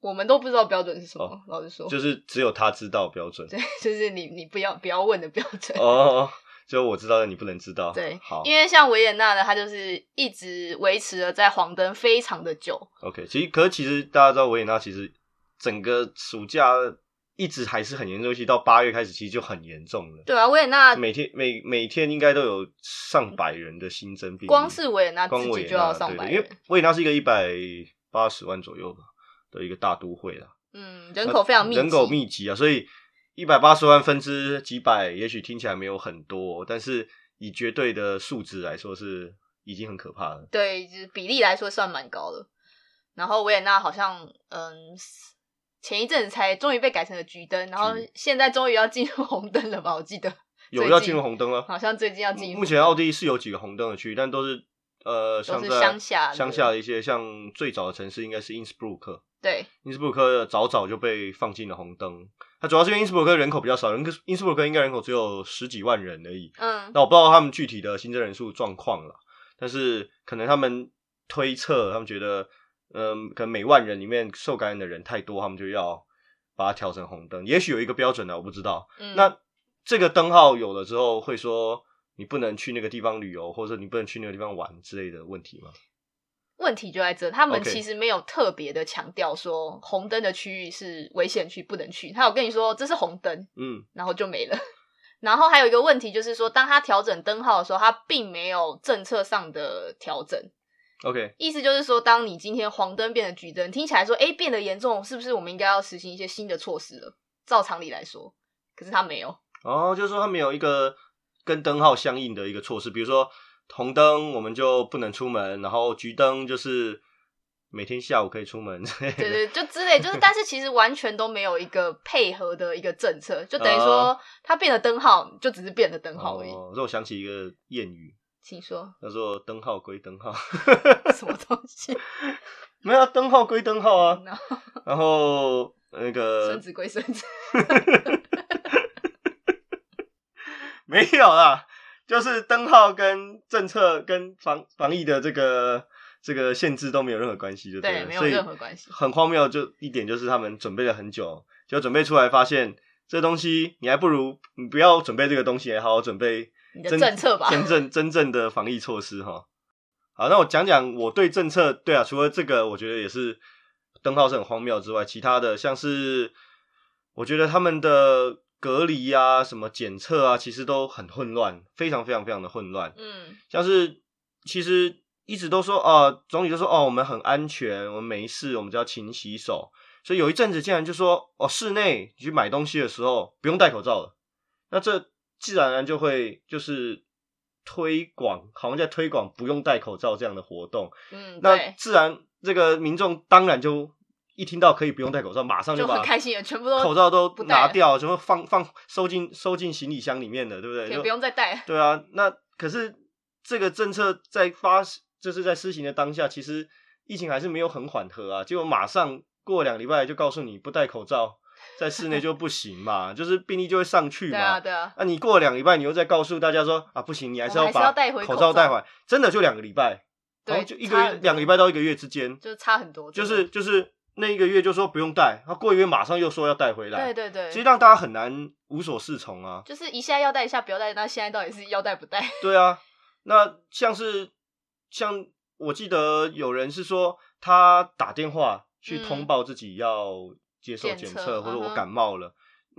[SPEAKER 1] 我们都不知道标准是什么，
[SPEAKER 2] 哦
[SPEAKER 1] 老实说，
[SPEAKER 2] 就是只有他知道标准。
[SPEAKER 1] 对， 就是你你不要不要问的标准。
[SPEAKER 2] 哦，就我知道的你不能知道。
[SPEAKER 1] 对
[SPEAKER 2] 好
[SPEAKER 1] 因为像维也纳呢，它就是一直维持了在黄灯非常的久，
[SPEAKER 2] ，OK。其实，可是其实大家知道维也纳其实整个暑假一直还是很严重，尤其到八月开始其实就很严重了。
[SPEAKER 1] 对啊，维也纳
[SPEAKER 2] 每天每每天应该都有上百人的新增病例，
[SPEAKER 1] 光是维也纳自
[SPEAKER 2] 光维
[SPEAKER 1] 己
[SPEAKER 2] 也
[SPEAKER 1] 就要
[SPEAKER 2] 纳
[SPEAKER 1] 上
[SPEAKER 2] 对
[SPEAKER 1] 百
[SPEAKER 2] 对因为
[SPEAKER 1] 人，
[SPEAKER 2] 维也纳是一个一百八十万左右吧的一个大都会啦。
[SPEAKER 1] 嗯，人口非常密集，
[SPEAKER 2] 呃人口密集啊，所以一百八十万分之几百，也许听起来没有很多，但是以绝对的数值来说是已经很可怕了。
[SPEAKER 1] 对，就是比例来说算蛮高的。然后维也纳好像嗯，前一阵子才终于被改成了橘灯，然后
[SPEAKER 2] 橘
[SPEAKER 1] 现在终于要进 入红灯了吧？我记得
[SPEAKER 2] 有
[SPEAKER 1] 最
[SPEAKER 2] 要
[SPEAKER 1] 近
[SPEAKER 2] 进入红灯了，
[SPEAKER 1] 好像最近要进入
[SPEAKER 2] 目前奥地利是有几个红灯的区，但都是呃，
[SPEAKER 1] 都
[SPEAKER 2] 像
[SPEAKER 1] 是
[SPEAKER 2] 在
[SPEAKER 1] 乡下的
[SPEAKER 2] 乡下的一些，像最早的城市应该是因斯布鲁克，
[SPEAKER 1] 对
[SPEAKER 2] 因斯布鲁克早早就被放进了红灯。它主要是因为因斯布鲁克人口比较少，人因斯布鲁克应该人口只有十几万人而已，
[SPEAKER 1] 嗯
[SPEAKER 2] 那我不知道他们具体的新增人数状况了，但是可能他们推测，他们觉得，嗯，可能每万人里面受感染的人太多，他们就要把它调成红灯。也许有一个标准呢，啊我不知道。
[SPEAKER 1] 嗯
[SPEAKER 2] 那这个灯号有了之后，会说你不能去那个地方旅游，或者你不能去那个地方玩之类的问题吗？
[SPEAKER 1] 问题就在这，他们
[SPEAKER 2] OK
[SPEAKER 1] 其实没有特别的强调说红灯的区域是危险区，不能去。他有跟你说这是红灯，
[SPEAKER 2] 嗯，
[SPEAKER 1] 然后就没了。然后还有一个问题就是说，当他调整灯号的时候，他并没有政策上的调整。
[SPEAKER 2] OK，
[SPEAKER 1] 意思就是说，当你今天黄灯变成橘灯，听起来说，哎，变得严重，是不是我们应该要实行一些新的措施了？照常理来说，可是他没有。
[SPEAKER 2] 哦，就是说他们有一个跟灯号相应的一个措施，比如说红灯我们就不能出门，然后橘灯就是每天下午可以出门 之类的。
[SPEAKER 1] 对对，就之类， 就是，但是其实完全都没有一个配合的一个政策，就等于说
[SPEAKER 2] 哦
[SPEAKER 1] 它变了灯号，就只是变了灯号而已。
[SPEAKER 2] 哦，让我想起一个谚语，
[SPEAKER 1] 请说
[SPEAKER 2] 叫做“灯号归灯号。
[SPEAKER 1] 什么东西？”
[SPEAKER 2] 没有、啊，灯号归灯号啊。
[SPEAKER 1] 然后
[SPEAKER 2] 然后那
[SPEAKER 1] 孙
[SPEAKER 2] 个
[SPEAKER 1] 子归孙子，
[SPEAKER 2] 没有啦，就是灯号跟政策跟防防疫的这个这个限制都没有任何关系，就
[SPEAKER 1] 对，
[SPEAKER 2] 了
[SPEAKER 1] 没有
[SPEAKER 2] 所以
[SPEAKER 1] 任何关系。
[SPEAKER 2] 很荒谬，就一点就是他们准备了很久，就准备出来发现这东西你还不如你不要准备这个东西，好好准备
[SPEAKER 1] 你的
[SPEAKER 2] 真
[SPEAKER 1] 政策吧
[SPEAKER 2] 真正真正的防疫措施哈。好，那我讲讲我对政策，对啊，除了这个，我觉得也是灯泡是很荒谬之外，其他的像是我觉得他们的隔离啊、什么检测啊，其实都很混乱，非常非常非常的混乱。
[SPEAKER 1] 嗯
[SPEAKER 2] 像是其实一直都说啊、呃总理就说哦，我们很安全，我们没事，我们只要勤洗手。所以有一阵子竟然就说哦，室内你去买东西的时候不用戴口罩了。那这自然而然就会就是推广，好像在推广不用戴口罩这样的活动。
[SPEAKER 1] 嗯，
[SPEAKER 2] 那
[SPEAKER 1] 对，
[SPEAKER 2] 自然这个民众当然就一听到可以不用戴口罩，马上
[SPEAKER 1] 就
[SPEAKER 2] 把
[SPEAKER 1] 很开心了，全部都
[SPEAKER 2] 口罩都
[SPEAKER 1] 不戴
[SPEAKER 2] 拿
[SPEAKER 1] 了
[SPEAKER 2] 掉，全部放放收进收进行李箱里面的，对不对？
[SPEAKER 1] 也
[SPEAKER 2] 就
[SPEAKER 1] 不用再戴了。
[SPEAKER 2] 对啊，那可是这个政策在发，就是在施行的当下，其实疫情还是没有很缓和啊。结果马上过两个礼拜就告诉你不戴口罩在室内就不行嘛， 就是病例就会上去
[SPEAKER 1] 对
[SPEAKER 2] 嘛。
[SPEAKER 1] 啊，对啊，
[SPEAKER 2] 那、你过了两个礼拜，你又再告诉大家说啊，不行，你还是
[SPEAKER 1] 我
[SPEAKER 2] 要
[SPEAKER 1] 们还是
[SPEAKER 2] 把
[SPEAKER 1] 要戴回
[SPEAKER 2] 口
[SPEAKER 1] 口
[SPEAKER 2] 罩戴
[SPEAKER 1] 罩
[SPEAKER 2] 回来，真的就两个礼拜，然后
[SPEAKER 1] 对，
[SPEAKER 2] 就一个月
[SPEAKER 1] 差很多
[SPEAKER 2] 两个礼拜到一个月之间，
[SPEAKER 1] 就差很多，
[SPEAKER 2] 就
[SPEAKER 1] 真的
[SPEAKER 2] 是就是那一个月就说不用戴，然后过一个月马上又说要戴回来，
[SPEAKER 1] 对对对，
[SPEAKER 2] 其实让大家很难无所适从啊。
[SPEAKER 1] 就是一下要戴一下不要戴，那现在到底是要戴不戴？
[SPEAKER 2] 对啊，那像是像我记得有人是说他打电话去通
[SPEAKER 1] 嗯
[SPEAKER 2] 报自己要接受
[SPEAKER 1] 检
[SPEAKER 2] 检
[SPEAKER 1] 测
[SPEAKER 2] 测，或者
[SPEAKER 1] 嗯
[SPEAKER 2] 我
[SPEAKER 1] 哼
[SPEAKER 2] 感冒了，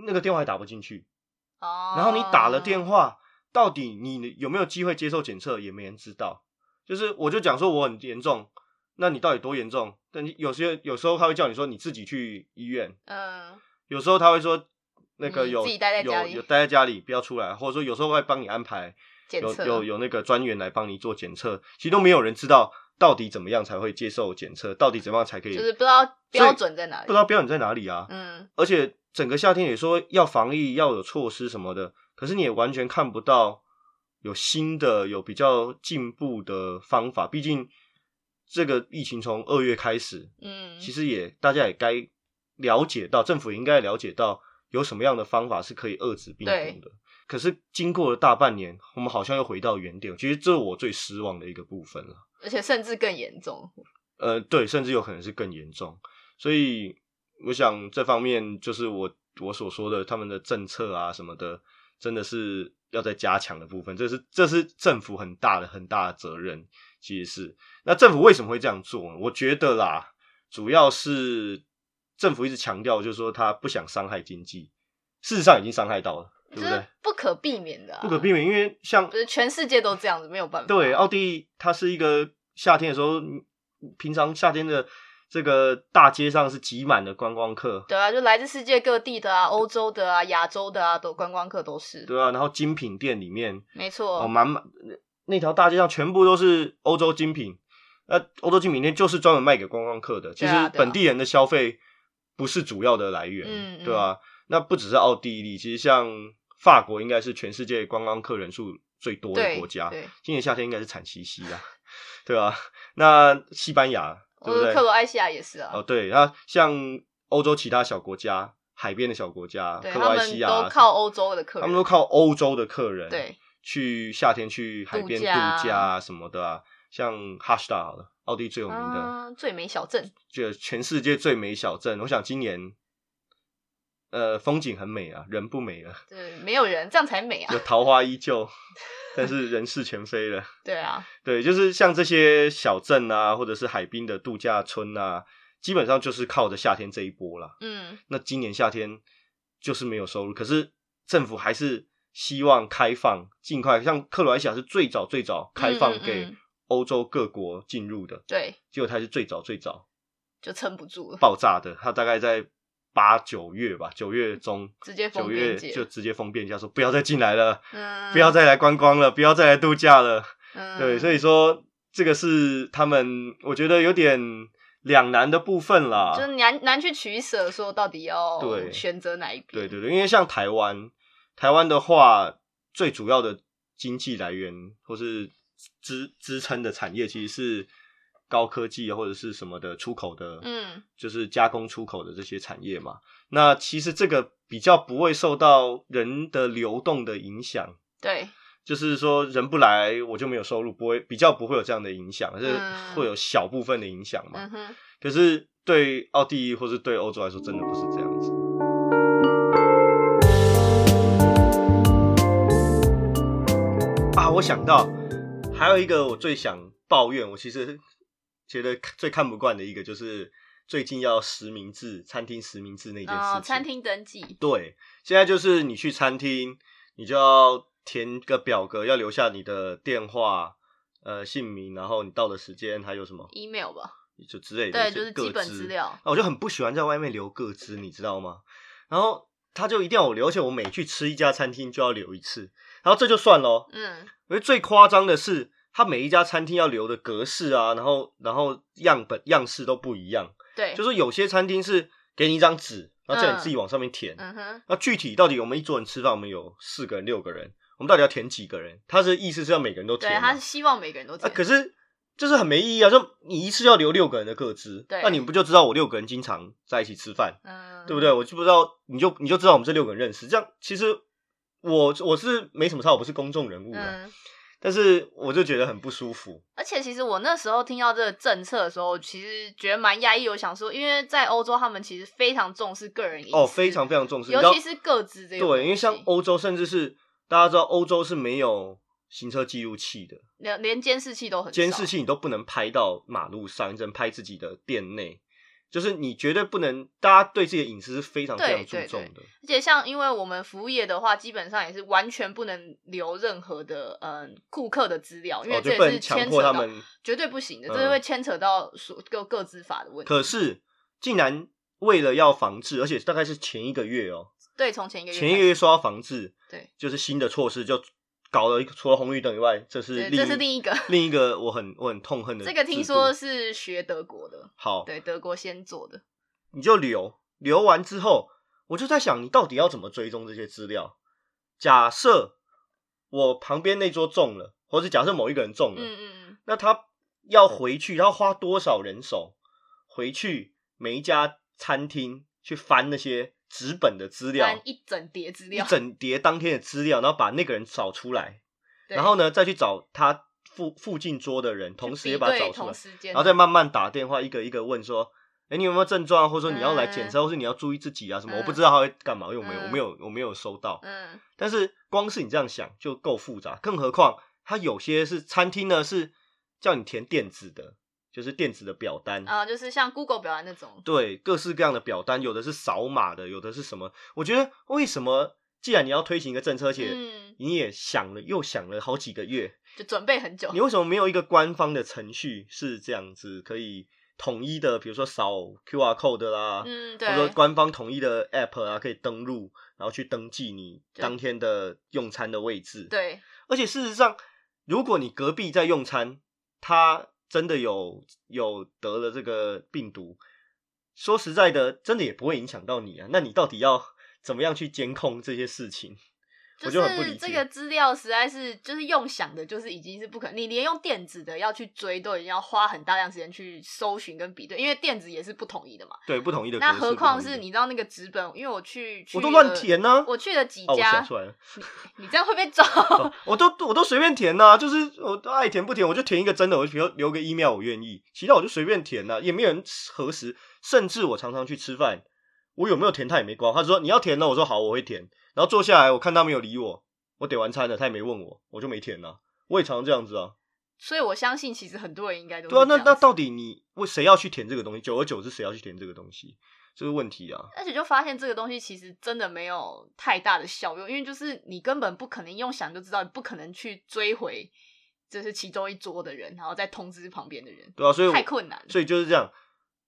[SPEAKER 2] 那个电话还打不进去，
[SPEAKER 1] 哦，
[SPEAKER 2] 然后你打了电话，到底你有没有机会接受检测也没人知道。就是我就讲说我很严重，那你到底多严重？但你有些有时候他会叫你说你自己去医院，
[SPEAKER 1] 嗯，
[SPEAKER 2] 有时候他会说。那个
[SPEAKER 1] 你
[SPEAKER 2] 有
[SPEAKER 1] 嗯自己待在家
[SPEAKER 2] 有
[SPEAKER 1] 里
[SPEAKER 2] 有待在家里，不要出来，或者说有时候会帮你安排
[SPEAKER 1] 检
[SPEAKER 2] 有
[SPEAKER 1] 测啊
[SPEAKER 2] 有有那个专员来帮你做检测，其实都没有人知道到底怎么样才会接受检测，到底怎么样才可以，
[SPEAKER 1] 就是不知道标准在哪
[SPEAKER 2] 不
[SPEAKER 1] 里
[SPEAKER 2] 知，道标准在哪里啊。
[SPEAKER 1] 嗯，
[SPEAKER 2] 而且整个夏天也说要防疫，要有措施什么的，可是你也完全看不到有新的、有比较进步的方法。毕竟这个疫情从二月开始，
[SPEAKER 1] 嗯，
[SPEAKER 2] 其实也大家也该了解到，政府也应该了解到有什么样的方法是可以遏制病
[SPEAKER 1] 对
[SPEAKER 2] 毒的。可是经过了大半年，我们好像又回到原点，其实这是我最失望的一个部分了。
[SPEAKER 1] 而且甚至更严重，
[SPEAKER 2] 呃，对，甚至有可能是更严重。所以我想这方面就是我我所说的他们的政策啊什么的，真的是要再加强的部分。这是这是政府很大的很大的责任，其实是。那政府为什么会这样做呢？我觉得啦，主要是政府一直强调，就是说他不想伤害经济，事实上已经伤害到了，对
[SPEAKER 1] 就
[SPEAKER 2] 不对
[SPEAKER 1] 是？不可避免的啊，
[SPEAKER 2] 不可避免，因为像
[SPEAKER 1] 就是全世界都这样子，没有办法。
[SPEAKER 2] 对，哦奥地利它是一个夏天的时候，嗯平常夏天的这个大街上是挤满了观光客，
[SPEAKER 1] 对啊，就来自世界各地的啊，欧洲的啊，亚洲的啊，都观光客都是，
[SPEAKER 2] 对啊，然后精品店里面
[SPEAKER 1] 没
[SPEAKER 2] 哦，
[SPEAKER 1] 错，
[SPEAKER 2] 满满那条大街上全部都是欧洲精品，那欧洲精品店就是专门卖给观光客的，其
[SPEAKER 1] 对
[SPEAKER 2] 实
[SPEAKER 1] 啊对啊
[SPEAKER 2] 本地人的消费不是主要的来源，
[SPEAKER 1] 嗯
[SPEAKER 2] 对啊，那不只是奥地利，其实像法国应该是全世界观光客人数最多的
[SPEAKER 1] 对
[SPEAKER 2] 国家，
[SPEAKER 1] 对，哦
[SPEAKER 2] 今年夏天应该是惨兮兮啊，对吧、那西班牙
[SPEAKER 1] 我
[SPEAKER 2] 对不
[SPEAKER 1] 的
[SPEAKER 2] 对？
[SPEAKER 1] 呃克罗埃西亚也是啊
[SPEAKER 2] 哦，，对，那像欧洲其他小国家，海边的小国家，
[SPEAKER 1] 对
[SPEAKER 2] 克罗
[SPEAKER 1] 他
[SPEAKER 2] 埃西
[SPEAKER 1] 们
[SPEAKER 2] 亚，啊
[SPEAKER 1] 都靠，欧洲的客
[SPEAKER 2] 他们
[SPEAKER 1] 人
[SPEAKER 2] 都，靠欧洲的客人，，
[SPEAKER 1] 对，
[SPEAKER 2] 去夏天去海
[SPEAKER 1] 度
[SPEAKER 2] 边度
[SPEAKER 1] 假啊
[SPEAKER 2] 假啊什么的啊，像哈士达好了，奥地利最有名的，
[SPEAKER 1] 啊，最美小镇，
[SPEAKER 2] 就全世界最美小镇，我想今年。呃，风景很美啊，人不美了，
[SPEAKER 1] 对，没有人，这样才美啊
[SPEAKER 2] 就，桃花 依旧，但是人事全非了。
[SPEAKER 1] 对啊，
[SPEAKER 2] 对，就是像这些小镇啊，或者是海滨的度假村啊，基本上就是靠着夏天这一波啦。
[SPEAKER 1] 嗯，
[SPEAKER 2] 那今年夏天就是没有收入，可是政府还是希望开放，尽快像克罗埃西亚是最早最早开放
[SPEAKER 1] 嗯嗯
[SPEAKER 2] 给
[SPEAKER 1] 嗯
[SPEAKER 2] 欧洲各国进入的，
[SPEAKER 1] 对，
[SPEAKER 2] 结果它是最早最早
[SPEAKER 1] 就撑不住了，
[SPEAKER 2] 爆炸的，它大概在八九月吧，九月中。
[SPEAKER 1] 直接封
[SPEAKER 2] 九
[SPEAKER 1] 边
[SPEAKER 2] 月
[SPEAKER 1] 界，
[SPEAKER 2] 就直接封边界，说不要再进来了，
[SPEAKER 1] 嗯，
[SPEAKER 2] 不要再来观光了，不要再来度假了。
[SPEAKER 1] 嗯，
[SPEAKER 2] 对，所以说这个是他们我觉得有点两难的部分啦。
[SPEAKER 1] 就是难难去取舍，说到底要
[SPEAKER 2] 对
[SPEAKER 1] 选择哪一边，
[SPEAKER 2] 对对对，因为像台湾，台湾的话，最主要的经济来源或是支支撑的产业其实是高科技或者是什么的出口的，
[SPEAKER 1] 嗯，
[SPEAKER 2] 就是加工出口的这些产业嘛。那其实这个比较不会受到人的流动的影响。
[SPEAKER 1] 对，
[SPEAKER 2] 就是说人不来我就没有收入，不会比较不会有这样的影响，是
[SPEAKER 1] 嗯
[SPEAKER 2] 会有小部分的影响嘛。
[SPEAKER 1] 嗯哼，
[SPEAKER 2] 可是对奥地利或是对欧洲来说，真的不是这样子。啊我想到还有一个我最想抱怨，我其实觉得最看不惯的一个就是最近要实名制餐厅实名制那件事情。
[SPEAKER 1] 哦，餐厅登记，
[SPEAKER 2] 对，现在就是你去餐厅，你就要填个表格，要留下你的电话、呃姓名，然后你到的时间，还有什么
[SPEAKER 1] email 吧，
[SPEAKER 2] 就之类
[SPEAKER 1] 对，
[SPEAKER 2] 的，
[SPEAKER 1] 就是
[SPEAKER 2] 各
[SPEAKER 1] 基本资料。
[SPEAKER 2] 啊，我就很不喜欢在外面留个资，你知道吗？然后他就一定要我留，而且我每去吃一家餐厅就要留一次，然后这就算咯。
[SPEAKER 1] 嗯，
[SPEAKER 2] 我觉得最夸张的是，他每一家餐厅要留的格式啊，然后然后样本样式都不一样，
[SPEAKER 1] 对，
[SPEAKER 2] 就是有些餐厅是给你一张纸，然后叫你自己往上面填。
[SPEAKER 1] 嗯哼，
[SPEAKER 2] 那具体到底我们一桌人吃饭，我们有四个人、六个人，我们到底要填几个人？他是意思是要每个人都
[SPEAKER 1] 对，
[SPEAKER 2] 填吗，
[SPEAKER 1] 他是希望每个人都这
[SPEAKER 2] 啊，
[SPEAKER 1] 样。
[SPEAKER 2] 可是就是很没意义啊！就你一次要留六个人的个资，
[SPEAKER 1] 对
[SPEAKER 2] 那你不就知道我六个人经常在一起吃饭，
[SPEAKER 1] 嗯，
[SPEAKER 2] 对不对？？我就不知道，你就你就知道我们这六个人认识。这样其实我我是没什么差，我不是公众人物啊，
[SPEAKER 1] 嗯，
[SPEAKER 2] 但是我就觉得很不舒服。
[SPEAKER 1] 而且其实我那时候听到这个政策的时候，其实觉得蛮压抑。我想说，因为在欧洲，他们其实非常重视个人隐私，
[SPEAKER 2] 哦，非常非常重视，你
[SPEAKER 1] 尤
[SPEAKER 2] 知道
[SPEAKER 1] 其是个资这个东西。
[SPEAKER 2] 对，因为像欧洲，甚至是大家知道欧洲是没有行车记录器的，
[SPEAKER 1] 连连监视器都很少
[SPEAKER 2] 监视，器你都不能拍到马路上，你只能拍自己的店内。就是你绝对不能，大家对自己的隐私是非常非常
[SPEAKER 1] 对
[SPEAKER 2] 注
[SPEAKER 1] 对
[SPEAKER 2] 重的。
[SPEAKER 1] 而且像因为我们服务业的话，基本上也是完全不能留任何的嗯顾客的资料，因为
[SPEAKER 2] 哦，
[SPEAKER 1] 这
[SPEAKER 2] 就不
[SPEAKER 1] 也是
[SPEAKER 2] 能强
[SPEAKER 1] 牵
[SPEAKER 2] 迫
[SPEAKER 1] 扯
[SPEAKER 2] 他
[SPEAKER 1] 到
[SPEAKER 2] 们。
[SPEAKER 1] 绝对不行的，
[SPEAKER 2] 嗯
[SPEAKER 1] 这会牵扯到所各各资法的问题。
[SPEAKER 2] 可是，竟然为了要防治，而且大概是前一个月哦，
[SPEAKER 1] 对，从前一个月
[SPEAKER 2] 前一个
[SPEAKER 1] 开始
[SPEAKER 2] 月说要防治，
[SPEAKER 1] 对，
[SPEAKER 2] 就是新的措施就搞了一个，除了红绿灯以外，这是
[SPEAKER 1] 对
[SPEAKER 2] 另
[SPEAKER 1] 这是另一个
[SPEAKER 2] 另一个我很我很痛恨的制
[SPEAKER 1] 这
[SPEAKER 2] 度。
[SPEAKER 1] 个听说是学德国的，
[SPEAKER 2] 好，
[SPEAKER 1] 对，德国先做的。
[SPEAKER 2] 你就留留完之后，我就在想，你到底要怎么追踪这些资料？假设我旁边那桌中了，或者假设某一个人中了，
[SPEAKER 1] 嗯嗯嗯，
[SPEAKER 2] 那他要回去，他要花多少人手回去每一家餐厅去翻那些纸本的资料
[SPEAKER 1] 翻，一整叠资
[SPEAKER 2] 一
[SPEAKER 1] 料，
[SPEAKER 2] 整叠当天的资料，然后把那个人找出来，
[SPEAKER 1] 对
[SPEAKER 2] 然后呢再去找他附附近桌的人，
[SPEAKER 1] 去
[SPEAKER 2] 同时
[SPEAKER 1] 比
[SPEAKER 2] 也把他
[SPEAKER 1] 对
[SPEAKER 2] 找出来
[SPEAKER 1] 同，时间，
[SPEAKER 2] 然后再慢慢打电话一个一个问说。哎，你有没有症状啊？或者说你要来检
[SPEAKER 1] 嗯
[SPEAKER 2] 测，或是你要注意自己啊？什么？
[SPEAKER 1] 嗯
[SPEAKER 2] 我不知道他会干嘛，因为我没有，
[SPEAKER 1] 嗯
[SPEAKER 2] 我没有，我没有收到。
[SPEAKER 1] 嗯
[SPEAKER 2] 但是光是你这样想就够复杂，更何况它有些是餐厅呢是叫你填电子的，就是电子的表单，
[SPEAKER 1] 啊，就是像 Google 表达那种，
[SPEAKER 2] 对，各式各样的表单，有的是扫码的，有的是什么？我觉得为什么既然你要推行一个政策，而且
[SPEAKER 1] 嗯，
[SPEAKER 2] 你也想了又想了好几个月，
[SPEAKER 1] 就准备很久
[SPEAKER 2] 你。为什么没有一个官方的程序是这样子可以统一的？比如说扫 QR code 啦，
[SPEAKER 1] 嗯，
[SPEAKER 2] 或者说
[SPEAKER 1] 对，
[SPEAKER 2] 官方统一的 app 啊，可以登录，然后去登记你
[SPEAKER 1] 对
[SPEAKER 2] 当天的用餐的位置。
[SPEAKER 1] 对，
[SPEAKER 2] 而且事实上，如果你隔壁在用餐，他真的有有得了这个病毒，说实在的，真的也不会影响到你啊。那你到底要 怎么样去监控这些事情？我就很不理
[SPEAKER 1] 是
[SPEAKER 2] 解。
[SPEAKER 1] 这个资料实在是就是用想的，就是已经是不可能，你连用电子的要去追，都已经要花很大量时间去搜寻跟比对，因为电子也是不统一的嘛。
[SPEAKER 2] 对不同意的格式，
[SPEAKER 1] 那何况是
[SPEAKER 2] 不同意
[SPEAKER 1] 你知道那个纸本，因为我去去
[SPEAKER 2] 我都
[SPEAKER 1] 了
[SPEAKER 2] 乱填呢
[SPEAKER 1] 我去了几
[SPEAKER 2] 的哦，我
[SPEAKER 1] 家
[SPEAKER 2] 想，出来了，
[SPEAKER 1] 你这样会被抓。
[SPEAKER 2] 哦 我都我都随便填呐、就是我都爱填不填，我就填一个真的，我就留留个 email 我愿意，其他我就随便填呐、也没有人核实，甚至我常常去吃饭，我有没有填他也没管，他说你要填呢，我说好，我会填，然后坐下来我看他没有理我，我点完餐了，他也没问我，我就没填呐、我也常常这样子啊，
[SPEAKER 1] 所以我相信，其实很多人应该都是
[SPEAKER 2] 对啊，那
[SPEAKER 1] 这样
[SPEAKER 2] 那
[SPEAKER 1] 子
[SPEAKER 2] 到底你为谁要去填这个东西？久而久之，谁要去填这个东西？这个问题啊，
[SPEAKER 1] 而且就发现这个东西其实真的没有太大的效用，因为就是你根本不可能用想就知道，你不可能去追回就是其中一桌的人，然后再通知旁边的人，
[SPEAKER 2] 对啊，所以我
[SPEAKER 1] 太困难了。
[SPEAKER 2] 所以就是这样，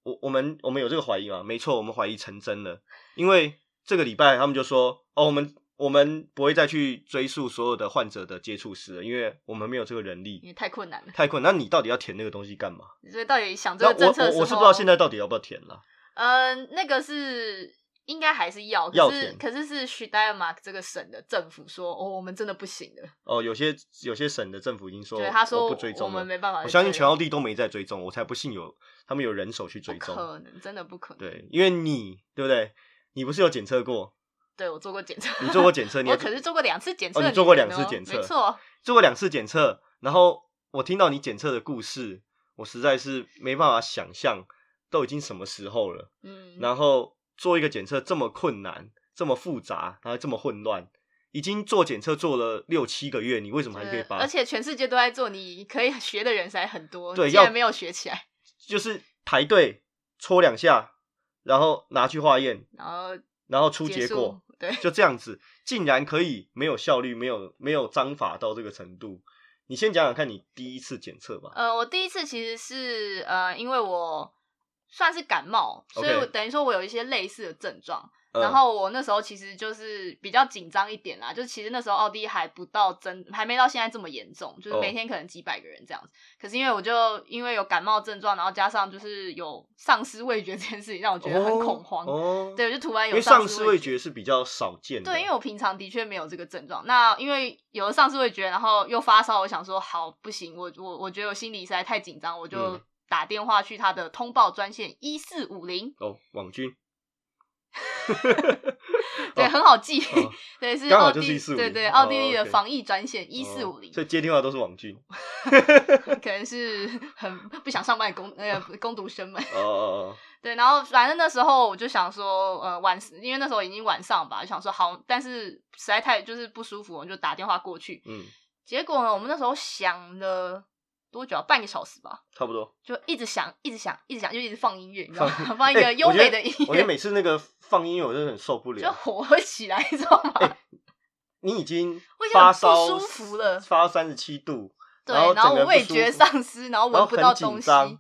[SPEAKER 2] 我我们我们有这个怀疑嘛？没错，我们怀疑成真了，因为这个礼拜他们就说，哦，我们我们不会再去追溯所有的患者的接触史了，因为我们没有这个人
[SPEAKER 1] 因
[SPEAKER 2] 力，
[SPEAKER 1] 为太困难了。
[SPEAKER 2] 太困难。那你到底要填那个东西干嘛？
[SPEAKER 1] 所以到底想这个
[SPEAKER 2] 那
[SPEAKER 1] 政
[SPEAKER 2] 我
[SPEAKER 1] 策
[SPEAKER 2] 我
[SPEAKER 1] 的时候，
[SPEAKER 2] 我是不知道现在到底要不要填了。
[SPEAKER 1] 嗯、那个是应该还是要，
[SPEAKER 2] 要
[SPEAKER 1] 可是
[SPEAKER 2] 填
[SPEAKER 1] 可是是 s c h d e r m a r k 这个省的政府说，哦，我们真的不行了，
[SPEAKER 2] 哦，有些有些省的政府已经说，
[SPEAKER 1] 对他说
[SPEAKER 2] 我不追
[SPEAKER 1] 我
[SPEAKER 2] 踪
[SPEAKER 1] 们
[SPEAKER 2] 了。
[SPEAKER 1] 没办法，
[SPEAKER 2] 我相信全奥地都没在追踪，我才不信有他们有人手去追
[SPEAKER 1] 不
[SPEAKER 2] 踪。
[SPEAKER 1] 可能，真的不可能。
[SPEAKER 2] 对，因为你对不对？你不是有检测过？
[SPEAKER 1] 对我做过检测，
[SPEAKER 2] 你做过 检测？你
[SPEAKER 1] 我
[SPEAKER 2] 有
[SPEAKER 1] 可是做过两次检测、
[SPEAKER 2] 哦，你做过两次检测，
[SPEAKER 1] 没错。
[SPEAKER 2] 做过两次检测，然后我听到你检测的故事，我实在是没办法想象，都已经什么时候了，
[SPEAKER 1] 嗯，
[SPEAKER 2] 然后做一个检测这么困难，这么复杂，然后这么混乱，已经做检测做了六七个月，你为什么还可以把？
[SPEAKER 1] 而且全世界都在做，你可以学的人才很多，
[SPEAKER 2] 对
[SPEAKER 1] 竟然
[SPEAKER 2] 要
[SPEAKER 1] 没有学起来，
[SPEAKER 2] 就是排队搓两下，然后拿去化验，
[SPEAKER 1] 然后
[SPEAKER 2] 然后出
[SPEAKER 1] 结
[SPEAKER 2] 结
[SPEAKER 1] 束
[SPEAKER 2] 果，
[SPEAKER 1] 对，
[SPEAKER 2] 就这样子，竟然可以没有效率、没有没有章法到这个程度。你先讲讲看你第一次检测吧。
[SPEAKER 1] 呃，我第一次其实是呃，因为我算是感冒，所以
[SPEAKER 2] OK
[SPEAKER 1] 我等于说我有一些类似的症状。
[SPEAKER 2] 呃
[SPEAKER 1] 然后我那时候其实就是比较紧张一点啦，就是其实那时候奥地利还不到真，还没到现在这么严重，就是
[SPEAKER 2] 哦
[SPEAKER 1] 每天可能几百个人这样子。可是因为我就因为有感冒症状，然后加上就是有丧失味觉这件事情，让我觉得很恐慌。
[SPEAKER 2] 哦，哦
[SPEAKER 1] 对，我就突然
[SPEAKER 2] 因
[SPEAKER 1] 有
[SPEAKER 2] 为丧
[SPEAKER 1] 失
[SPEAKER 2] 失
[SPEAKER 1] 味
[SPEAKER 2] 味觉是比较少见的。
[SPEAKER 1] 对，因为我平常的确没有这个症状。那因为有了丧失味觉，然后又发烧，我想说好不行，我我我觉得我心里实在太紧张，我就
[SPEAKER 2] 嗯
[SPEAKER 1] 打电话去他的通报专线一四五零，
[SPEAKER 2] 哦，网军
[SPEAKER 1] 对，很好记，
[SPEAKER 2] 哦
[SPEAKER 1] 对，是
[SPEAKER 2] 刚好
[SPEAKER 1] 奥
[SPEAKER 2] 就是
[SPEAKER 1] 地
[SPEAKER 2] 1450
[SPEAKER 1] 对对，
[SPEAKER 2] 哦
[SPEAKER 1] 奥地利的
[SPEAKER 2] OK
[SPEAKER 1] 防疫专线一四五零
[SPEAKER 2] 哦，所以接电话都是 网军。
[SPEAKER 1] 可能是很不想上班的工呃工读生们。
[SPEAKER 2] 哦哦
[SPEAKER 1] 对，然后反正那时候我就想说，呃，晚，因为那时候已经晚上吧，就想说好，但是实在太就是不舒服，我就打电话过去。
[SPEAKER 2] 嗯，
[SPEAKER 1] 结果呢，我们那时候想了多久啊？半个小时吧，
[SPEAKER 2] 差不多。
[SPEAKER 1] 就一直想，一直想，一直想，就一直放音乐，你知道
[SPEAKER 2] 放
[SPEAKER 1] 吗？放一
[SPEAKER 2] 哎
[SPEAKER 1] 个优
[SPEAKER 2] 我觉
[SPEAKER 1] 美
[SPEAKER 2] 得
[SPEAKER 1] 的音
[SPEAKER 2] 我觉得
[SPEAKER 1] 乐，
[SPEAKER 2] 每次那个放音乐我真的很受不
[SPEAKER 1] 就
[SPEAKER 2] 了。
[SPEAKER 1] 火会起来，你知道
[SPEAKER 2] 哎
[SPEAKER 1] 吗？
[SPEAKER 2] 你已经
[SPEAKER 1] 我已经很
[SPEAKER 2] 发
[SPEAKER 1] 不
[SPEAKER 2] 烧，
[SPEAKER 1] 舒服了
[SPEAKER 2] 发到三十七度，
[SPEAKER 1] 对，
[SPEAKER 2] 然后
[SPEAKER 1] 然后
[SPEAKER 2] 整个
[SPEAKER 1] 我味
[SPEAKER 2] 不舒
[SPEAKER 1] 觉
[SPEAKER 2] 服
[SPEAKER 1] 丧失，然后
[SPEAKER 2] 然
[SPEAKER 1] 闻
[SPEAKER 2] 后
[SPEAKER 1] 不
[SPEAKER 2] 很
[SPEAKER 1] 到
[SPEAKER 2] 紧
[SPEAKER 1] 东西。
[SPEAKER 2] 张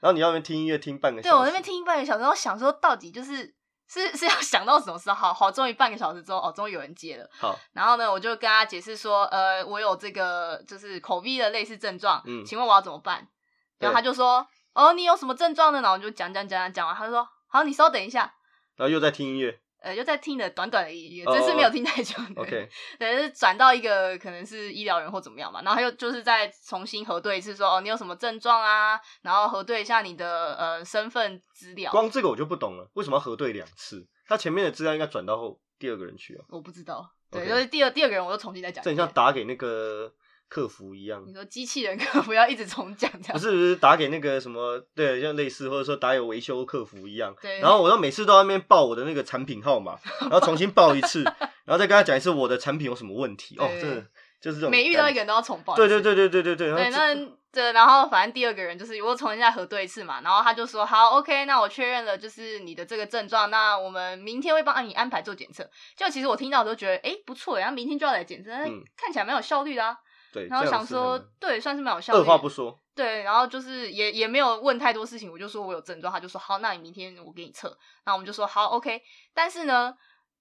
[SPEAKER 2] 然后你要那边听音乐听半个小
[SPEAKER 1] 对
[SPEAKER 2] 时，
[SPEAKER 1] 我那边听半个小时，然后想说到底就是是是要 想到什么时候？好好，终于半个小时之后，哦，终于有人接了。
[SPEAKER 2] 好，
[SPEAKER 1] 然后呢，我就跟他解释说，呃，我有这个就是口鼻的类似症状，
[SPEAKER 2] 嗯
[SPEAKER 1] 请问我要怎么办？然后
[SPEAKER 2] 对
[SPEAKER 1] 他就说，哦，你有什么症状呢？然后我就讲讲讲讲讲完，他就说，好，你稍等一下，
[SPEAKER 2] 然后又在听音 乐
[SPEAKER 1] 呃，就在听了短短的一乐，
[SPEAKER 2] 哦
[SPEAKER 1] 真是没有听太久的。
[SPEAKER 2] ，OK，
[SPEAKER 1] 对，就是转到一个可能是医疗人或怎么样嘛，然后他又就是再重新核对一次说，哦，你有什么症状啊？然后核对一下你的呃身份资料。
[SPEAKER 2] 光这个我就不懂了，为什么要核对两次？他前面的资料应该转到后第二个人去啊，
[SPEAKER 1] 我不知道，对，
[SPEAKER 2] OK
[SPEAKER 1] 就是第二第二个人我又重新再讲
[SPEAKER 2] 这
[SPEAKER 1] 一
[SPEAKER 2] 很像
[SPEAKER 1] 遍。
[SPEAKER 2] 打给那个客服一样
[SPEAKER 1] 你，说机器人 可不要一直重讲这
[SPEAKER 2] 不
[SPEAKER 1] 样。
[SPEAKER 2] 是不是打给那个什么，对，像类似或者说打给维修客服一样。
[SPEAKER 1] 对，
[SPEAKER 2] 然后我要每次都在那边报我的那个产品号码，然后重新报一 次，然后再跟他讲一次我的产品有什么问题。哦，
[SPEAKER 1] 对
[SPEAKER 2] 真的就是这种
[SPEAKER 1] 每遇到一
[SPEAKER 2] 感
[SPEAKER 1] 个人都要重报。
[SPEAKER 2] 对对。对对对对对，
[SPEAKER 1] 对，
[SPEAKER 2] 然后
[SPEAKER 1] 那对，然后反正第二个人就是我重新再核对一次嘛，然后他就说好，OK，那我确认了，就是你的这个症状，那我们明天会帮你安排做检测。就其实我听到我都觉得，哎，不错，然后明天就要来检测，那
[SPEAKER 2] 嗯
[SPEAKER 1] 看起来蛮有效率的啊。
[SPEAKER 2] 对，
[SPEAKER 1] 然后
[SPEAKER 2] 这样
[SPEAKER 1] 想
[SPEAKER 2] 是
[SPEAKER 1] 说
[SPEAKER 2] 很，
[SPEAKER 1] 对，算是蛮有效率
[SPEAKER 2] 二
[SPEAKER 1] 的。
[SPEAKER 2] 话不说，
[SPEAKER 1] 对，然后就是也也没有问太多事情，我就说我有症状，他就说好，那你明天我给你测。然后我们就说好，OK。但是呢，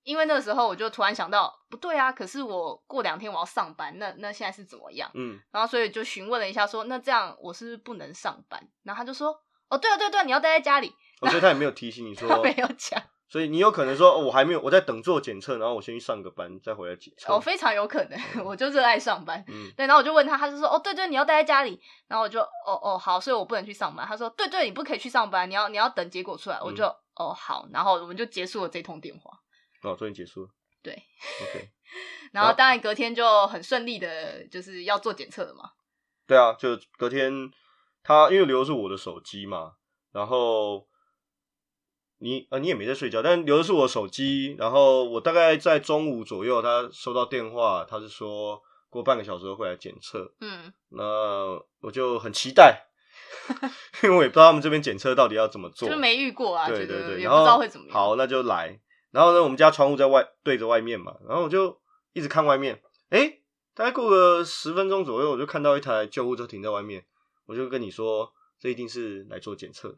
[SPEAKER 1] 因为那个时候我就突然想到，不对啊，可是我过两天我要上班，那那现在是怎么样？
[SPEAKER 2] 嗯，
[SPEAKER 1] 然后所以就询问了一下说，那这样我是不是不能上班？然后他就说，哦，对啊，对啊对啊，你要待在家里。
[SPEAKER 2] 我觉得他也没有提醒你
[SPEAKER 1] 他
[SPEAKER 2] 说，
[SPEAKER 1] 没有讲，
[SPEAKER 2] 所以你有可能说，哦我还没有，我在等做检测，然后我先去上个班，再回来检测
[SPEAKER 1] 哦，。非常有可
[SPEAKER 2] 哦
[SPEAKER 1] 能，我就热爱上班。
[SPEAKER 2] 嗯，
[SPEAKER 1] 对，然后我就问他，他就说，哦，对对，你要待在家里。然后我就，哦哦，好，所以我不能去上班。他说，对对，你不可以去上班，你要你要等结果出来。
[SPEAKER 2] 嗯
[SPEAKER 1] 我就，哦好，然后我们就结束了这通电话。
[SPEAKER 2] 哦，终于结束了。
[SPEAKER 1] 对
[SPEAKER 2] ，OK，
[SPEAKER 1] 然后当然隔天就很顺利的，就是要做检测了嘛。
[SPEAKER 2] 对啊，就隔天他因为留的是我的手机嘛，然后你呃你也没在睡觉，但留的是我的手机，然后我大概在中午左右，他收到电话，他是说过半个小时后会来检测，
[SPEAKER 1] 嗯，
[SPEAKER 2] 那我就很期待， 因为我也不知道他们这边检测到底要怎么做，
[SPEAKER 1] 就是没遇过啊，
[SPEAKER 2] 对
[SPEAKER 1] 觉
[SPEAKER 2] 对
[SPEAKER 1] 得
[SPEAKER 2] 对，
[SPEAKER 1] 也
[SPEAKER 2] 然
[SPEAKER 1] 不
[SPEAKER 2] 后
[SPEAKER 1] 知道会怎么样。
[SPEAKER 2] 好，那就来。然后呢，我们家窗户在外对着外面嘛，然后我就一直看外面。诶，大概过个十分钟左右，我就看到一台救护车停在外面，我就跟你说，这一定是来做检测的。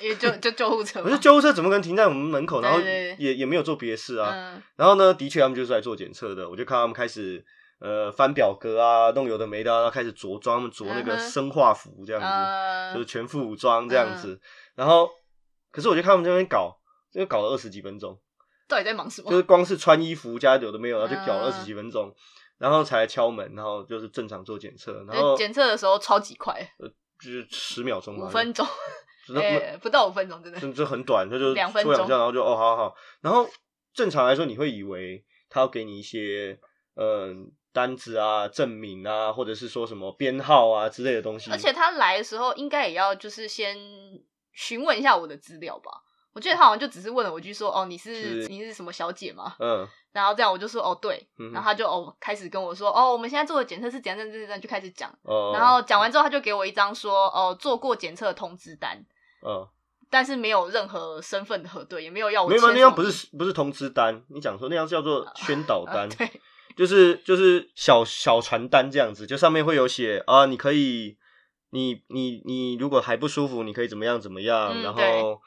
[SPEAKER 1] 也就就救护车
[SPEAKER 2] 可
[SPEAKER 1] 嘛。
[SPEAKER 2] 是救护车怎么可能停在我们门口？然后
[SPEAKER 1] 对对
[SPEAKER 2] 也
[SPEAKER 1] 对
[SPEAKER 2] 也没有做别的事啊。
[SPEAKER 1] 嗯，
[SPEAKER 2] 然后呢，的确他们就是来做检测的，我就看他们开始。呃，翻表格啊，弄有的没的啊，然后开始着装，他们着那
[SPEAKER 1] 嗯
[SPEAKER 2] 个
[SPEAKER 1] 哼
[SPEAKER 2] 生化服这样子。
[SPEAKER 1] 呃
[SPEAKER 2] 就是全副武装这样子。然后，可是我就看他们这边搞，就搞了二十几分钟，
[SPEAKER 1] 到底在忙什么？
[SPEAKER 2] 就是光是穿衣服加有的没有，然后就搞
[SPEAKER 1] 嗯
[SPEAKER 2] 了二十几分钟，然后才来敲门，然后就是正常做检测，然
[SPEAKER 1] 就
[SPEAKER 2] 后嗯
[SPEAKER 1] 检测的时候超级快，
[SPEAKER 2] 就是十秒钟嘛，
[SPEAKER 1] 五分钟，
[SPEAKER 2] 就，
[SPEAKER 1] 哎、
[SPEAKER 2] 那
[SPEAKER 1] 不到五分钟，真的。
[SPEAKER 2] 就就很短，他就
[SPEAKER 1] 两分
[SPEAKER 2] 说
[SPEAKER 1] 钟
[SPEAKER 2] 下，然后就哦，好好，好然后正常来说你会以为他要给你一些嗯。单子啊、证明啊，或者是说什么编号啊之类的东西，
[SPEAKER 1] 而且他来的时候应该也要就是先询问一下我的资料吧，我记得他好像就只是问了我一句说，哦，你是
[SPEAKER 2] 是
[SPEAKER 1] 你是什么小姐吗？
[SPEAKER 2] 嗯，
[SPEAKER 1] 然后这样我就说，哦，对。
[SPEAKER 2] 嗯哼
[SPEAKER 1] 然后他就哦开始跟我说，哦，我们现在做的检测是怎样怎样怎样怎样，就开始讲。
[SPEAKER 2] 哦，
[SPEAKER 1] 然后讲完之后，他就给我一张说，哦，做过检测的通知单，
[SPEAKER 2] 嗯，
[SPEAKER 1] 但是没有任何身份的核对，也没有要我
[SPEAKER 2] 没有没有，
[SPEAKER 1] 签
[SPEAKER 2] 那
[SPEAKER 1] 什
[SPEAKER 2] 张
[SPEAKER 1] 么
[SPEAKER 2] 不是不是通知单，你讲说那张叫做宣导
[SPEAKER 1] 呃
[SPEAKER 2] 单，
[SPEAKER 1] 对，
[SPEAKER 2] 就是就是小小传单这样子，就上面会有写啊，你可以，你你你如果还不舒服，你可以怎么样怎么样，
[SPEAKER 1] 嗯
[SPEAKER 2] 然
[SPEAKER 1] 对
[SPEAKER 2] 后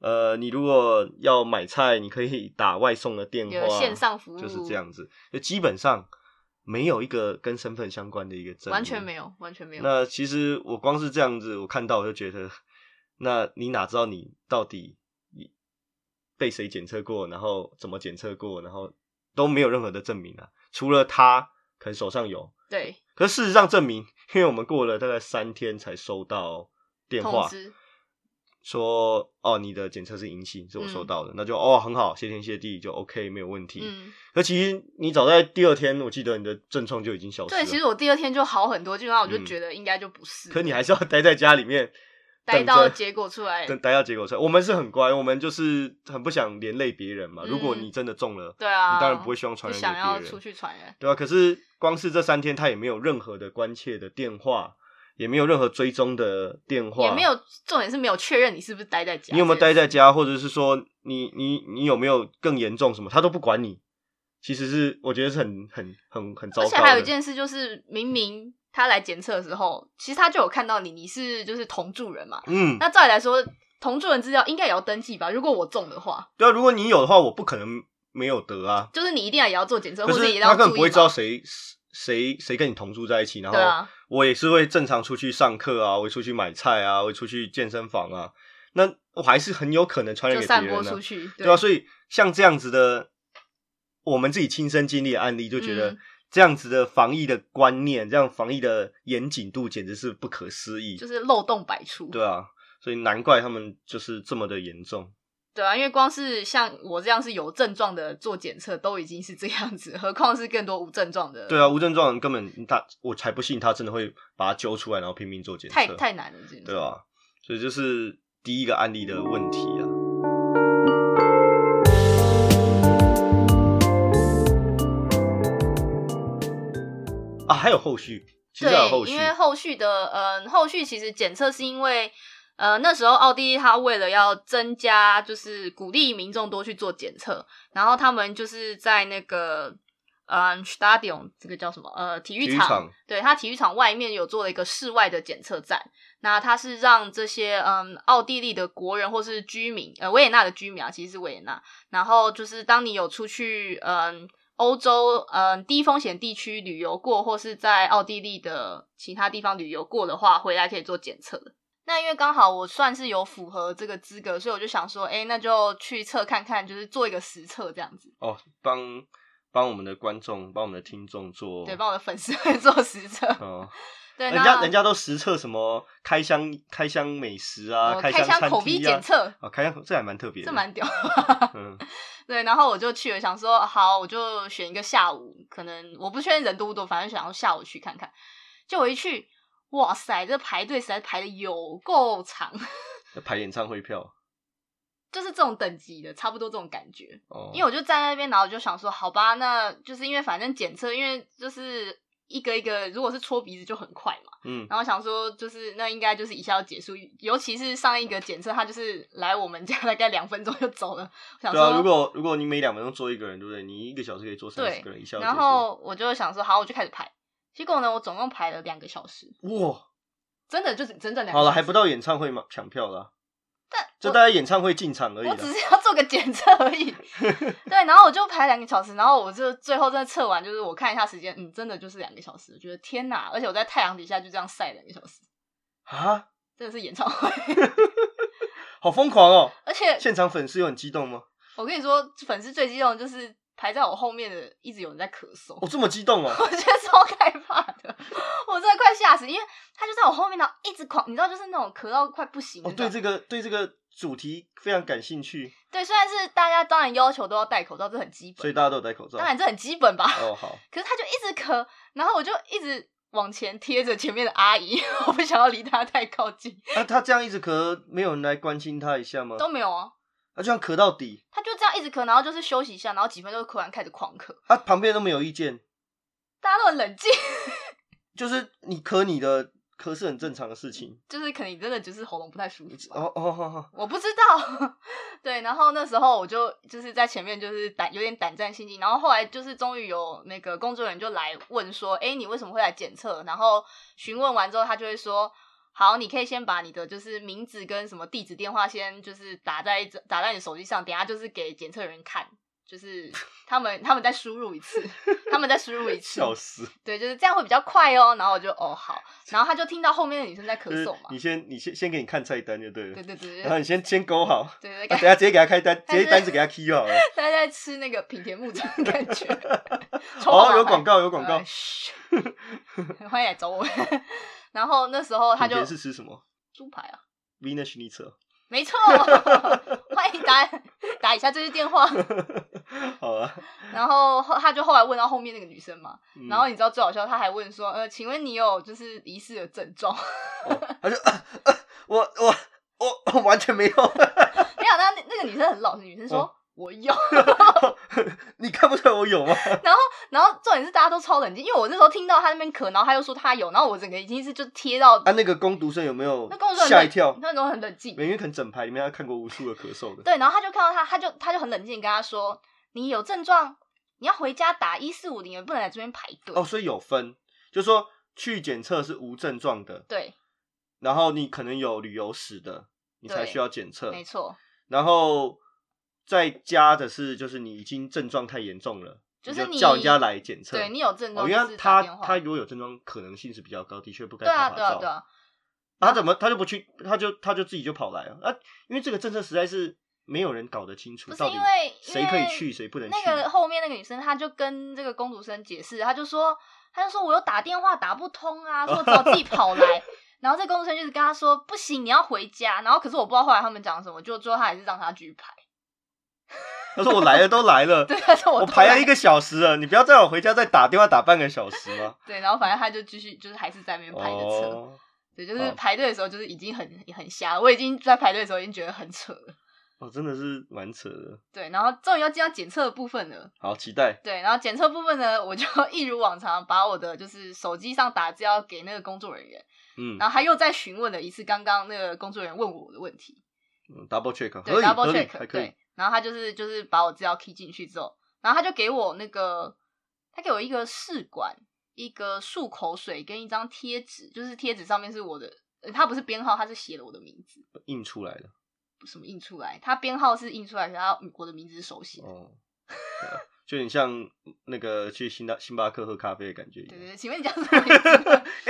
[SPEAKER 2] 呃，你如果要买菜，你可以打外送的电
[SPEAKER 1] 有
[SPEAKER 2] 话，
[SPEAKER 1] 线上服务，
[SPEAKER 2] 就是这，样子，就基本上没有一个跟身份相关的一个证，
[SPEAKER 1] 完全没。有，完全没有。
[SPEAKER 2] 那其实我光是这样子，我看到我就觉得，那你哪知道你到底你被谁检测过，然后怎么检测过，然后都没有任何的证明啊，除了他可能手上有，
[SPEAKER 1] 对，
[SPEAKER 2] 可事实上证明，因为我们过了大概三天才收到电
[SPEAKER 1] 通
[SPEAKER 2] 话
[SPEAKER 1] 知，
[SPEAKER 2] 说，哦，你的检测是阴性，是我收到的，那就哦很好，谢天谢地，就 OK 没有问题。
[SPEAKER 1] 嗯，
[SPEAKER 2] 可其实你早在第二天，我记得你的症状就已经消失了。
[SPEAKER 1] 对，其实我第二天就好很多，基本上我就
[SPEAKER 2] 嗯
[SPEAKER 1] 觉得应该就不是，
[SPEAKER 2] 可你还是要待在家里 面，
[SPEAKER 1] 待
[SPEAKER 2] 等
[SPEAKER 1] 到
[SPEAKER 2] 着
[SPEAKER 1] 结果出来
[SPEAKER 2] 等待到结果出来。我们是很乖，我们就是很不想连累别人嘛。
[SPEAKER 1] 嗯
[SPEAKER 2] 如果你真的中了，
[SPEAKER 1] 对啊，
[SPEAKER 2] 你当然不会希望
[SPEAKER 1] 不
[SPEAKER 2] 传染
[SPEAKER 1] 想要
[SPEAKER 2] 给别
[SPEAKER 1] 出
[SPEAKER 2] 人，
[SPEAKER 1] 去传染，
[SPEAKER 2] 对吧、啊可是光是这三天，他也没有任何的关切的电话，也没有任何追踪的电话，
[SPEAKER 1] 也没。有，重点是没有确认你是不是待在家，
[SPEAKER 2] 你有没有
[SPEAKER 1] 这
[SPEAKER 2] 待
[SPEAKER 1] 件
[SPEAKER 2] 在
[SPEAKER 1] 事？
[SPEAKER 2] 家，或者是说你你你有没有更严重什么，他都不管你。其实是我觉得是很很很很糟
[SPEAKER 1] 而
[SPEAKER 2] 糕
[SPEAKER 1] 且
[SPEAKER 2] 的。
[SPEAKER 1] 还有一件事就是，明明他来检测的时候，其实他就有看到你，你是就是同住人嘛，
[SPEAKER 2] 嗯，
[SPEAKER 1] 那照理来说。同住人资料应该也要登记吧？如果我中的话，
[SPEAKER 2] 对啊，如果你有的话，我不可能没有得啊。
[SPEAKER 1] 就是你一定要也要做检测，
[SPEAKER 2] 可
[SPEAKER 1] 或者也
[SPEAKER 2] 是
[SPEAKER 1] 要
[SPEAKER 2] 他根
[SPEAKER 1] 注
[SPEAKER 2] 本
[SPEAKER 1] 意
[SPEAKER 2] 不会
[SPEAKER 1] 嘛
[SPEAKER 2] 知道谁谁谁跟你同住在一起，然
[SPEAKER 1] 对
[SPEAKER 2] 后
[SPEAKER 1] 啊，
[SPEAKER 2] 我也是会正常出去上课啊，我会出去买菜啊，我会出去健身房啊，那我还是很有可能传
[SPEAKER 1] 就
[SPEAKER 2] 染给别
[SPEAKER 1] 散播
[SPEAKER 2] 人
[SPEAKER 1] 出
[SPEAKER 2] 啊，
[SPEAKER 1] 去，
[SPEAKER 2] 对啊，所以像这样子的，我们自己亲身经历的案例，就觉得
[SPEAKER 1] 嗯
[SPEAKER 2] 这样子的防疫的观念，这样防疫的严谨度，简直是不可思议，
[SPEAKER 1] 就是漏洞百出。
[SPEAKER 2] 对啊，所以难怪他们就是这么的严重，
[SPEAKER 1] 对啊，因为光是像我这样是有症状的做检测都已经是这样子，何况是更多无症状的？
[SPEAKER 2] 对啊，无症状人根本他，我才不信他真的会把他揪出来，然后拼命做检测，
[SPEAKER 1] 太太难了，真的。
[SPEAKER 2] 对啊，所以这是第一个案例的问题啊。啊，还有后续，其实还有后
[SPEAKER 1] 对，
[SPEAKER 2] 续
[SPEAKER 1] 因，为后续的嗯，后续其实检测是因为呃那时候奥地利他为了要增加，就是鼓励民众多去做检测，然后他们就是在那个嗯 stadium 这个叫什么呃体育
[SPEAKER 2] 体育
[SPEAKER 1] 场，
[SPEAKER 2] 场
[SPEAKER 1] 对它体育场外面有做了一个室外的检测站。那它是让这些嗯奥地利的国人或是居民，呃维也纳的居民啊，其实是维也纳。然后就是当你有出去嗯欧洲嗯低风险地区旅游过，或是在奥地利的其他地方旅游过的话，回来可以做检测的。那因为刚好我算是有符合这个资格，所以我就想说，哎、那就去测看看，就是做一个实测这样子，
[SPEAKER 2] 哦，帮帮我们的观众，帮我们的听众做，
[SPEAKER 1] 对，帮我的粉丝们做实测。
[SPEAKER 2] 哦，
[SPEAKER 1] 对，
[SPEAKER 2] 人家
[SPEAKER 1] 那
[SPEAKER 2] 人家都实测什么开箱开箱美食啊，
[SPEAKER 1] 呃开
[SPEAKER 2] 箱
[SPEAKER 1] 箱
[SPEAKER 2] 餐
[SPEAKER 1] 口鼻
[SPEAKER 2] 厅啊
[SPEAKER 1] 检，测，
[SPEAKER 2] 啊，开箱这还蛮特别的，
[SPEAKER 1] 这蛮屌。
[SPEAKER 2] 嗯，
[SPEAKER 1] 对，然后我就去了，想说好，我就选一个下午，可能我不确定人多不多，反正想要下午去看看。就我一去，哇塞，这排队实在排的有够长，
[SPEAKER 2] 要排演唱会票
[SPEAKER 1] 就是这种等级的，差不多这种感觉。
[SPEAKER 2] 哦，
[SPEAKER 1] 因为我就站在那边，然后我就想说，好吧，那就是因为反正检测，因为就是一个一个，如果是戳鼻子就很快嘛。
[SPEAKER 2] 嗯
[SPEAKER 1] 然后想说，就是那应该就是一下要结束，尤其是上一个检测，他就是来我们家大概两分钟就走了。我想
[SPEAKER 2] 对
[SPEAKER 1] 说，
[SPEAKER 2] 啊，如果如果你每两分钟做一个人，对不对？你一个小时可以做三
[SPEAKER 1] 对
[SPEAKER 2] 十个人，一下就
[SPEAKER 1] 然
[SPEAKER 2] 结束
[SPEAKER 1] 后我就想说，好，我就开始排。结果呢，我总共排了两个小时，
[SPEAKER 2] 哇，
[SPEAKER 1] 真的就是整整两个小时。
[SPEAKER 2] 好了，还不到演唱会嘛，抢票了，啊
[SPEAKER 1] 但
[SPEAKER 2] 就
[SPEAKER 1] 我
[SPEAKER 2] 大概演唱会进场而已
[SPEAKER 1] 我
[SPEAKER 2] 啦。
[SPEAKER 1] 只是要做个检测而 已。对，然后我就排两个小时，然后我就最后真的测完，就是我看一下时间，嗯，真的就是两个小时。我觉得天哪！而且我在太阳底下就这样晒两个小时，
[SPEAKER 2] 啊，
[SPEAKER 1] 真的是演唱会。
[SPEAKER 2] 好疯狂哦！
[SPEAKER 1] 而且
[SPEAKER 2] 现场粉丝有很激动吗？
[SPEAKER 1] 我跟你说，粉丝最激动的就是排在我后面的，一直有人在咳嗽。
[SPEAKER 2] 哦，这么激动哦！
[SPEAKER 1] 我觉得超害怕的，我真的快吓死，因为他就在我后面，然后一直狂，你知道，就是那种咳到快不行的
[SPEAKER 2] 哦，
[SPEAKER 1] 那种。
[SPEAKER 2] 对这个对这个主题非常感兴趣，
[SPEAKER 1] 对，虽然是大家当然要求都要戴口罩，这很基
[SPEAKER 2] 所以
[SPEAKER 1] 本，
[SPEAKER 2] 大家都有戴口罩
[SPEAKER 1] 当。然这很基本吧。
[SPEAKER 2] 哦，好，
[SPEAKER 1] 可是他就一直咳，然后我就一直往前贴着前面的阿姨， 我不想要离他太靠近，
[SPEAKER 2] 嗯啊那、他这样一直咳，没有人来关心他一下吗？
[SPEAKER 1] 都没有啊。
[SPEAKER 2] 啊，就像咳到底，
[SPEAKER 1] 他就这样一直咳，然后就是休息一下，然后几分钟咳完开始狂咳，
[SPEAKER 2] 啊，旁边都没有意见，
[SPEAKER 1] 大家都很冷静，
[SPEAKER 2] 就是你咳你的咳是很正常的事情。
[SPEAKER 1] 就是可能真的就是喉咙不太舒服吧。
[SPEAKER 2] 哦哦哦 哦，
[SPEAKER 1] 我不知道，对，然后那时候我就就是在前面就是胆有点胆战心惊，然后后来就是终于有那个工作人员就来问说，哎，你为什么会来检测？然后询问完之后，他就会说，好，你可以先把你的就是名字跟什么地址、电话先就是打在一打在你手机上，等一下就是给检测人看，就是他们他们再输入一次，他们再输入一次，
[SPEAKER 2] 笑死！
[SPEAKER 1] 对，就是这样会比较快哦。然后我就哦好，然后他就听到后面的女生在咳
[SPEAKER 2] 就是
[SPEAKER 1] 嗽嘛，
[SPEAKER 2] 你先你先先给你看菜单就对了，
[SPEAKER 1] 对对对
[SPEAKER 2] 然后
[SPEAKER 1] 对
[SPEAKER 2] 你先先勾好，啊，
[SPEAKER 1] 对对，
[SPEAKER 2] 等下直接给他 开单，直
[SPEAKER 1] 但是
[SPEAKER 2] 接单子给他 key 好了。。
[SPEAKER 1] 大家在吃那个品田牧场的感觉超好
[SPEAKER 2] 哦，
[SPEAKER 1] 玩
[SPEAKER 2] 有广告有广告
[SPEAKER 1] 哎。嘘欢迎来找我。 然后那时候他
[SPEAKER 2] 品
[SPEAKER 1] 就
[SPEAKER 2] 田是吃什么
[SPEAKER 1] 猪排啊，
[SPEAKER 2] ？Vina Schnitzer。
[SPEAKER 1] 没错， 欢迎打打以下这些电话。
[SPEAKER 2] 好啊，
[SPEAKER 1] 然后后他就后来问到后面那个女生嘛，
[SPEAKER 2] 嗯
[SPEAKER 1] 然后你知道最好笑，他还问说，呃，请问你有就是疑似的症状？
[SPEAKER 2] 哦他就我我我我完全没有，
[SPEAKER 1] 没想到那那个女生很老实，女生说。
[SPEAKER 2] 哦
[SPEAKER 1] 我有，
[SPEAKER 2] 你看不出来我有吗？
[SPEAKER 1] 然后重点是大家都超冷静，因为我那时候听到他那边咳，然后他又说他有，然后我整个已经是就贴到
[SPEAKER 2] 啊，那个攻读生有没有
[SPEAKER 1] 那工作人员
[SPEAKER 2] 吓一跳？
[SPEAKER 1] 那时候很冷静，
[SPEAKER 2] 因为可能整排里面他看过无数个咳嗽的，
[SPEAKER 1] 对，然后他就看到他，他就他就很冷静地跟他说：“你有症状，你要回家打一四五零，也不能来这边排队。
[SPEAKER 2] 哦，所以有分，就说去检测是无症状的，
[SPEAKER 1] 对，
[SPEAKER 2] 然后你可能有旅游史的，你才
[SPEAKER 1] 对
[SPEAKER 2] 需要检测，
[SPEAKER 1] 没错，
[SPEAKER 2] 然后再加的是，就是你已经症状太严重了，
[SPEAKER 1] 就是
[SPEAKER 2] 你
[SPEAKER 1] 你
[SPEAKER 2] 叫人家来检测。
[SPEAKER 1] 对你有症
[SPEAKER 2] 哦，
[SPEAKER 1] 状
[SPEAKER 2] 因
[SPEAKER 1] 就是
[SPEAKER 2] 为
[SPEAKER 1] 打
[SPEAKER 2] 他
[SPEAKER 1] 电话。
[SPEAKER 2] 他如果有症状，可能性是比较高，的确不该
[SPEAKER 1] 对啊
[SPEAKER 2] 拍
[SPEAKER 1] 对啊
[SPEAKER 2] 拍
[SPEAKER 1] 对
[SPEAKER 2] 照。
[SPEAKER 1] 啊，
[SPEAKER 2] 他怎么他就不去，他就他就自己就跑来了啊！因为这个政策实在是没有人搞得清楚，
[SPEAKER 1] 不是
[SPEAKER 2] 到底
[SPEAKER 1] 因为
[SPEAKER 2] 谁可以去，谁不能去。
[SPEAKER 1] 那个后面那个女生，她就跟这个公主生解释，她就说，她就说我有打电话打不通啊，说我只好自己跑 来。然后这公主生就是跟她说，不行，你要回家。然后可是我不知道后来他们讲什么，就最后她还是让她去排。
[SPEAKER 2] 他说我来了都来了，
[SPEAKER 1] 对，但是我
[SPEAKER 2] 我
[SPEAKER 1] 都
[SPEAKER 2] 排了
[SPEAKER 1] 来
[SPEAKER 2] 一个小时了，你不要再让我回家再打电话打半个小时吗？
[SPEAKER 1] 对，然后反正她就继续就是还是在那边 排着车。
[SPEAKER 2] 哦，
[SPEAKER 1] 对，就是
[SPEAKER 2] 好
[SPEAKER 1] 排队的时候，就是已经很很瞎，我已经在排队的时候已经觉得很扯了。
[SPEAKER 2] 哦，真的是蛮扯的，
[SPEAKER 1] 对，然后终于要进到检测的部分了。
[SPEAKER 2] 好期待。
[SPEAKER 1] 对，然后检测部分呢，我就 一如往常把我的就是手机上打资料给那个工作人员，
[SPEAKER 2] 嗯
[SPEAKER 1] 然后他又再询问了一次刚刚那个工作人员问我的问题，
[SPEAKER 2] 嗯，double check，
[SPEAKER 1] 对
[SPEAKER 2] 合理合
[SPEAKER 1] ，double
[SPEAKER 2] 理还
[SPEAKER 1] check，
[SPEAKER 2] 可以
[SPEAKER 1] 对。，然后他就是就是把我资料 key 进去之后，然后他就给我那个，他给我一个试管、一个漱口水跟一张贴纸，就是贴纸上面是我的，呃它不是编号，它是写了我的名字。
[SPEAKER 2] 印出来了。
[SPEAKER 1] 什么印出来，它编号是印出来，然后我的名字是手写的。
[SPEAKER 2] 哦，对啊就很像那个去星巴星巴克喝咖啡的感觉一
[SPEAKER 1] 对
[SPEAKER 2] 样。
[SPEAKER 1] 对对，请问你叫什么名 字？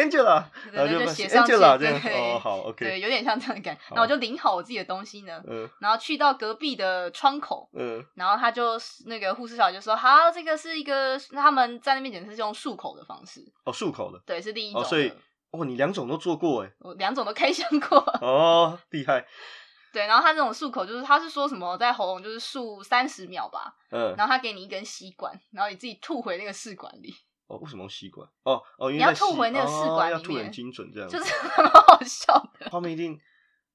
[SPEAKER 2] Angela，
[SPEAKER 1] 对
[SPEAKER 2] 然后
[SPEAKER 1] 对，
[SPEAKER 2] 发
[SPEAKER 1] 写
[SPEAKER 2] 现
[SPEAKER 1] 上去，
[SPEAKER 2] Angela 这
[SPEAKER 1] 对对
[SPEAKER 2] 样。哦，好，OK，
[SPEAKER 1] 对，有点像这样的感觉。然后我就领好我自己的东西呢，
[SPEAKER 2] 嗯
[SPEAKER 1] 然后去到隔壁的窗口，
[SPEAKER 2] 嗯，
[SPEAKER 1] 然后他就那个护士小姐就说：“好，这个是一个他们在那边检测是用漱口的方式，
[SPEAKER 2] 哦，漱口的，
[SPEAKER 1] 对，是另一种
[SPEAKER 2] 哦，
[SPEAKER 1] 的。
[SPEAKER 2] 所以哦，你两种都做过哎，
[SPEAKER 1] 我两种都 开箱过，
[SPEAKER 2] 哦，厉害，
[SPEAKER 1] 对。然后他这种漱口就是他是说什么在喉咙就是漱三十秒吧，
[SPEAKER 2] 嗯，
[SPEAKER 1] 然后他给你一根吸管，然后你自己吐回那个试管里。
[SPEAKER 2] 哦，为什么用吸管？哦哦，因为
[SPEAKER 1] 你要
[SPEAKER 2] 在吸
[SPEAKER 1] 吐回那个试
[SPEAKER 2] 哦
[SPEAKER 1] 管
[SPEAKER 2] 要
[SPEAKER 1] 里
[SPEAKER 2] 吐得很
[SPEAKER 1] 面
[SPEAKER 2] 精准这样，
[SPEAKER 1] 就是 蛮好笑的。
[SPEAKER 2] 画面一定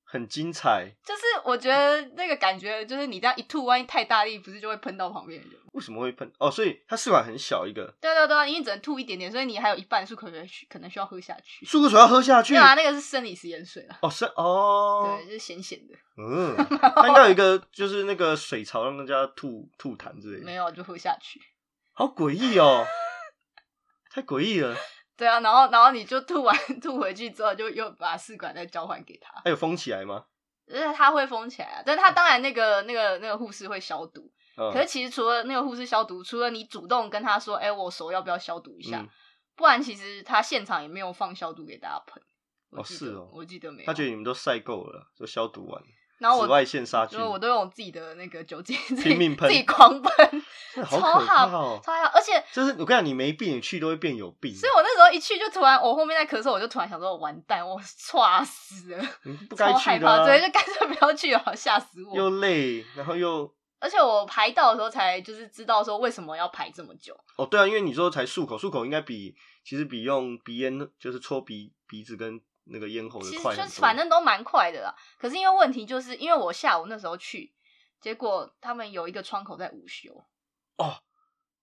[SPEAKER 2] 很精彩。
[SPEAKER 1] 就是我觉得那个感觉，就是你这样一吐，万一太大力，不是就会喷到旁边的人吗？
[SPEAKER 2] 为什么会喷？哦，所以它试管很小一个，
[SPEAKER 1] 对啊对啊对啊，因为只能吐一点点，所以你还有一半漱口水需可能需要喝下去。
[SPEAKER 2] 漱口水要喝下去
[SPEAKER 1] 对。啊，那个是生理食盐水啊，
[SPEAKER 2] 哦，是哦，
[SPEAKER 1] 对，就是咸咸的，
[SPEAKER 2] 嗯，它应该 有一个就是那个水槽让大家吐吐痰之类的
[SPEAKER 1] 没。有就喝下去。
[SPEAKER 2] 好诡异哦，太诡异了！
[SPEAKER 1] 对啊，然后然后你就吐完吐回去之后，就又把试管再交还给他，
[SPEAKER 2] 还有封起来吗？
[SPEAKER 1] 就是他会封起来啊。但是他当然那个那个那个护士会消毒，
[SPEAKER 2] 嗯
[SPEAKER 1] 可是其实除了那个护士消毒，除了你主动跟他说，哎、我手要不要消毒一下，
[SPEAKER 2] 嗯
[SPEAKER 1] 不然其实他现场也没有放消毒给大家喷。我
[SPEAKER 2] 哦
[SPEAKER 1] 记
[SPEAKER 2] 是
[SPEAKER 1] 得
[SPEAKER 2] 哦
[SPEAKER 1] 我记得没有。
[SPEAKER 2] 他觉得你们都晒够了，都消毒完，
[SPEAKER 1] 然后
[SPEAKER 2] 紫
[SPEAKER 1] 我
[SPEAKER 2] 外线杀菌
[SPEAKER 1] 就，我都用我自己的那个酒精自己
[SPEAKER 2] 拼命喷
[SPEAKER 1] 自己狂喷，
[SPEAKER 2] 真的好
[SPEAKER 1] 超
[SPEAKER 2] 可怕
[SPEAKER 1] 好
[SPEAKER 2] 哦！
[SPEAKER 1] 超好，而且。
[SPEAKER 2] 就是我跟你讲，你没病，你去都会变有病。
[SPEAKER 1] 所以我那时候一去就突然，我后面在咳嗽，我就突然想说，完蛋，我唰死了，
[SPEAKER 2] 你不该
[SPEAKER 1] 超害
[SPEAKER 2] 去的
[SPEAKER 1] 怕，
[SPEAKER 2] 啊，
[SPEAKER 1] 所以就干脆不要去了，吓死我！
[SPEAKER 2] 又累，然后又
[SPEAKER 1] 而且我排到的时候才就是知道说为什么要排这么久，
[SPEAKER 2] 哦，对啊，因为你说才漱口，漱口应该比其实比用鼻咽就是戳鼻鼻子跟那个咽喉的
[SPEAKER 1] 其实
[SPEAKER 2] 快
[SPEAKER 1] 就
[SPEAKER 2] 很
[SPEAKER 1] 是
[SPEAKER 2] 多
[SPEAKER 1] 反正都蛮快的啦。可是因为问题就是因为我下午那时候去，结果他们有一个窗口在午休，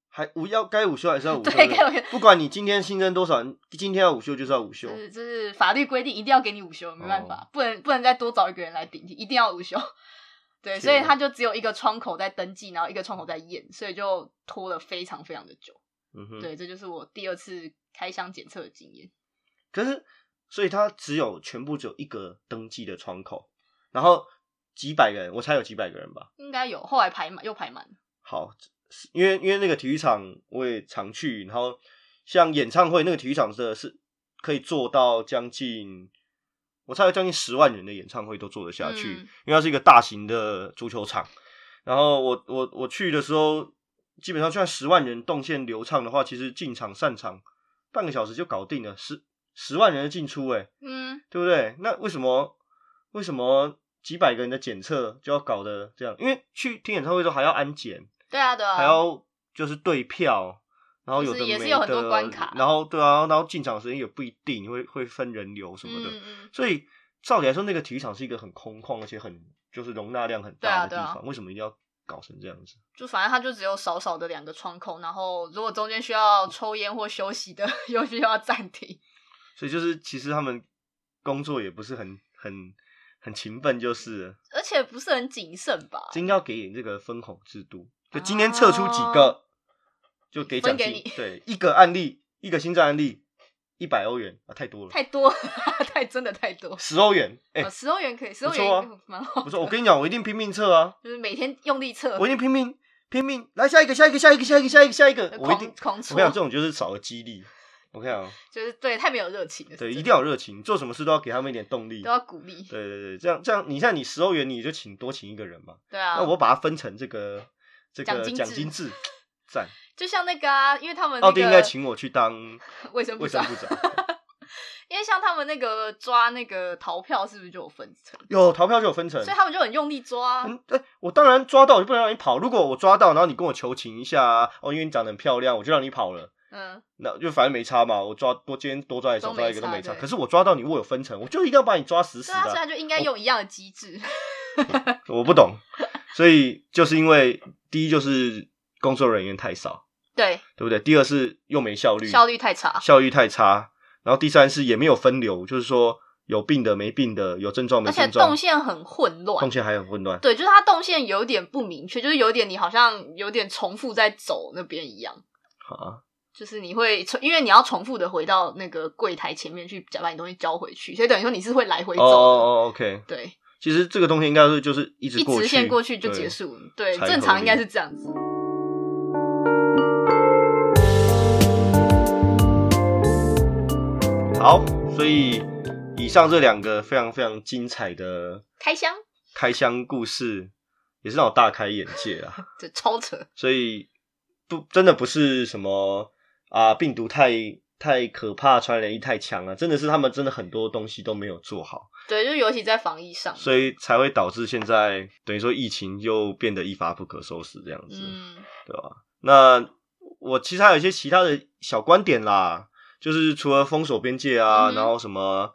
[SPEAKER 2] 还午要该午休还是要午休，
[SPEAKER 1] 对
[SPEAKER 2] 不
[SPEAKER 1] 该午休
[SPEAKER 2] 不管你今天新增多少，你今天要午休就是哦要午休
[SPEAKER 1] 就。是这是法律规定一定要给你午休，没办法，不能不能再多找一个人来顶替，一定要午休。对，
[SPEAKER 2] 天
[SPEAKER 1] 所以
[SPEAKER 2] 哪
[SPEAKER 1] 他就只有一个窗口在登记，然后一个窗口在验，所以就拖了非常非常的久。
[SPEAKER 2] 嗯哼，。
[SPEAKER 1] 对，这就是我第二次开箱检测的经验。
[SPEAKER 2] 可是，所以它只有全部只有一个登记的窗口，然后几百个人，我猜有几百个人吧。
[SPEAKER 1] 应该有，后来排满又排满。
[SPEAKER 2] 好，是因为因为那个体育场我也常去，然后像演唱会那个体育场真的是可以做到将近，我猜有将近十万人的演唱会都做得下去，
[SPEAKER 1] 嗯
[SPEAKER 2] 因为它是一个大型的足球场。然后我我我去的时候，基本上就算十万人动线流畅的话，其实进场散场半个小时就搞定了，十十万人的进出、欸，
[SPEAKER 1] 嗯，
[SPEAKER 2] 对不对？那为什么为什么几百个人的检测就要搞得这样？因为去听演唱会的时候还要安检，
[SPEAKER 1] 对啊，对啊。
[SPEAKER 2] 还要就是对票，然后有的
[SPEAKER 1] 就是也是
[SPEAKER 2] 没
[SPEAKER 1] 有很多
[SPEAKER 2] 的
[SPEAKER 1] 关卡
[SPEAKER 2] 然后对啊，然后进场时间也不一定会会分人流什么的，
[SPEAKER 1] 嗯嗯，
[SPEAKER 2] 所以照理来说，那个体育场是一个很空旷而且很就是容纳量很大的地
[SPEAKER 1] 对啊对啊
[SPEAKER 2] 方，为什么一定要搞成这样子？
[SPEAKER 1] 就反正它就只有少少的两个窗口，然后如果中间需要抽烟或休息的， 又需要暂停。
[SPEAKER 2] 所以就是其实他们工作也不是很很很勤奋，就是了
[SPEAKER 1] 而且不是很谨慎吧？
[SPEAKER 2] 真要给你这个分红制度，就今天测出几个，就给奖
[SPEAKER 1] 啊分给
[SPEAKER 2] 金
[SPEAKER 1] 你。
[SPEAKER 2] 对，一个案例，一个新增案例，一百欧元啊，太多了，
[SPEAKER 1] 太多， 太真的太多。
[SPEAKER 2] 十欧 元， 哎、
[SPEAKER 1] 哦十欧元可以，十欧
[SPEAKER 2] 不错啊
[SPEAKER 1] 元呃蛮好
[SPEAKER 2] 不
[SPEAKER 1] 的，
[SPEAKER 2] 是，我跟你讲，我一定拼命测啊，
[SPEAKER 1] 就是每天用力测，
[SPEAKER 2] 我一定拼命拼命，来下一个，下一个，下一个，下一个，下一个，下一个，我一定
[SPEAKER 1] 呃狂，狂
[SPEAKER 2] 我
[SPEAKER 1] 搓
[SPEAKER 2] 跟你，讲，这种就是少了激励。我跟 你讲，
[SPEAKER 1] 就是对太没有热情了，
[SPEAKER 2] 对，
[SPEAKER 1] 是
[SPEAKER 2] 一
[SPEAKER 1] 真
[SPEAKER 2] 定
[SPEAKER 1] 的
[SPEAKER 2] 要有热情，做什么事都要给他们一点动力。
[SPEAKER 1] 都要鼓励。
[SPEAKER 2] 对对对，这样这样，你像你十欧元，你就请多请一个人嘛。
[SPEAKER 1] 对啊，
[SPEAKER 2] 那我把它分成这个这
[SPEAKER 1] 奖
[SPEAKER 2] 个
[SPEAKER 1] 金
[SPEAKER 2] 奖
[SPEAKER 1] 制
[SPEAKER 2] 金制，赞。
[SPEAKER 1] 就像那个啊，因为他们
[SPEAKER 2] 奥
[SPEAKER 1] 那
[SPEAKER 2] 丁哦应该
[SPEAKER 1] 个
[SPEAKER 2] 请我去当
[SPEAKER 1] 卫生部
[SPEAKER 2] 卫生
[SPEAKER 1] 长，
[SPEAKER 2] 部长。
[SPEAKER 1] 因为像他们那个抓那个逃票是不是就有分层？
[SPEAKER 2] 有逃票就有分成
[SPEAKER 1] 所以。他们就很用力抓啊。
[SPEAKER 2] 嗯，哎、我当然抓到，我就不能让你跑。如果我抓到，然后你跟我求情一下啊，哦，因为你长得很漂亮，我就让你跑了。
[SPEAKER 1] 嗯，
[SPEAKER 2] 那就反正没差嘛，我抓多今天多抓一个少
[SPEAKER 1] 都
[SPEAKER 2] 抓
[SPEAKER 1] 没
[SPEAKER 2] 一个都
[SPEAKER 1] 差
[SPEAKER 2] 没差。
[SPEAKER 1] 对
[SPEAKER 2] 可是我抓到你，我有分成，我就一定要把你抓死死
[SPEAKER 1] 对
[SPEAKER 2] 的
[SPEAKER 1] 啊，所以
[SPEAKER 2] 啊、
[SPEAKER 1] 他就应该用一样的机 制。
[SPEAKER 2] 我不 懂，所以就是因为第一就是工作人员太少，
[SPEAKER 1] 对，
[SPEAKER 2] 对不对？第二是又没效率，
[SPEAKER 1] 效率太差。
[SPEAKER 2] 效率太差。然后第三是也没有分流，就是说有病的、没病的，有症状没
[SPEAKER 1] 而且
[SPEAKER 2] 症状，
[SPEAKER 1] 动线很混乱
[SPEAKER 2] 动。线还很混乱。
[SPEAKER 1] 对，就是它动线有点不明确，就是有点你好像有点重复在走那边一样，
[SPEAKER 2] 好啊，
[SPEAKER 1] 就是你会重，因为你要重复的回到那个柜台前面去，把你东西交回去，所以等于说你是会来回
[SPEAKER 2] 哦
[SPEAKER 1] 走的。
[SPEAKER 2] 哦哦，OK。
[SPEAKER 1] 对，
[SPEAKER 2] 其实这个东西应该是就是一直
[SPEAKER 1] 一
[SPEAKER 2] 过去，
[SPEAKER 1] 直线过去就结
[SPEAKER 2] 对。
[SPEAKER 1] 束，对，
[SPEAKER 2] 才
[SPEAKER 1] 正
[SPEAKER 2] 合
[SPEAKER 1] 常应该
[SPEAKER 2] 理
[SPEAKER 1] 是这样子。
[SPEAKER 2] 好，所以以上这两个非常非常精彩的
[SPEAKER 1] 开箱，
[SPEAKER 2] 开箱故事，也是让我大开眼界啊！
[SPEAKER 1] 这超扯，
[SPEAKER 2] 所以不真的不是什么啊病毒太太可怕，传染力太强了，真的是他们真的很多东西都没有做好，
[SPEAKER 1] 对，就尤其在防疫上，
[SPEAKER 2] 所以才会导致现在等于说疫情又变得一发不可收拾这样子。
[SPEAKER 1] 嗯，
[SPEAKER 2] 那我其实还有一些其他的小观点啦，就是除了封锁边界
[SPEAKER 1] 嗯
[SPEAKER 2] 啊，
[SPEAKER 1] 哼
[SPEAKER 2] 然后什么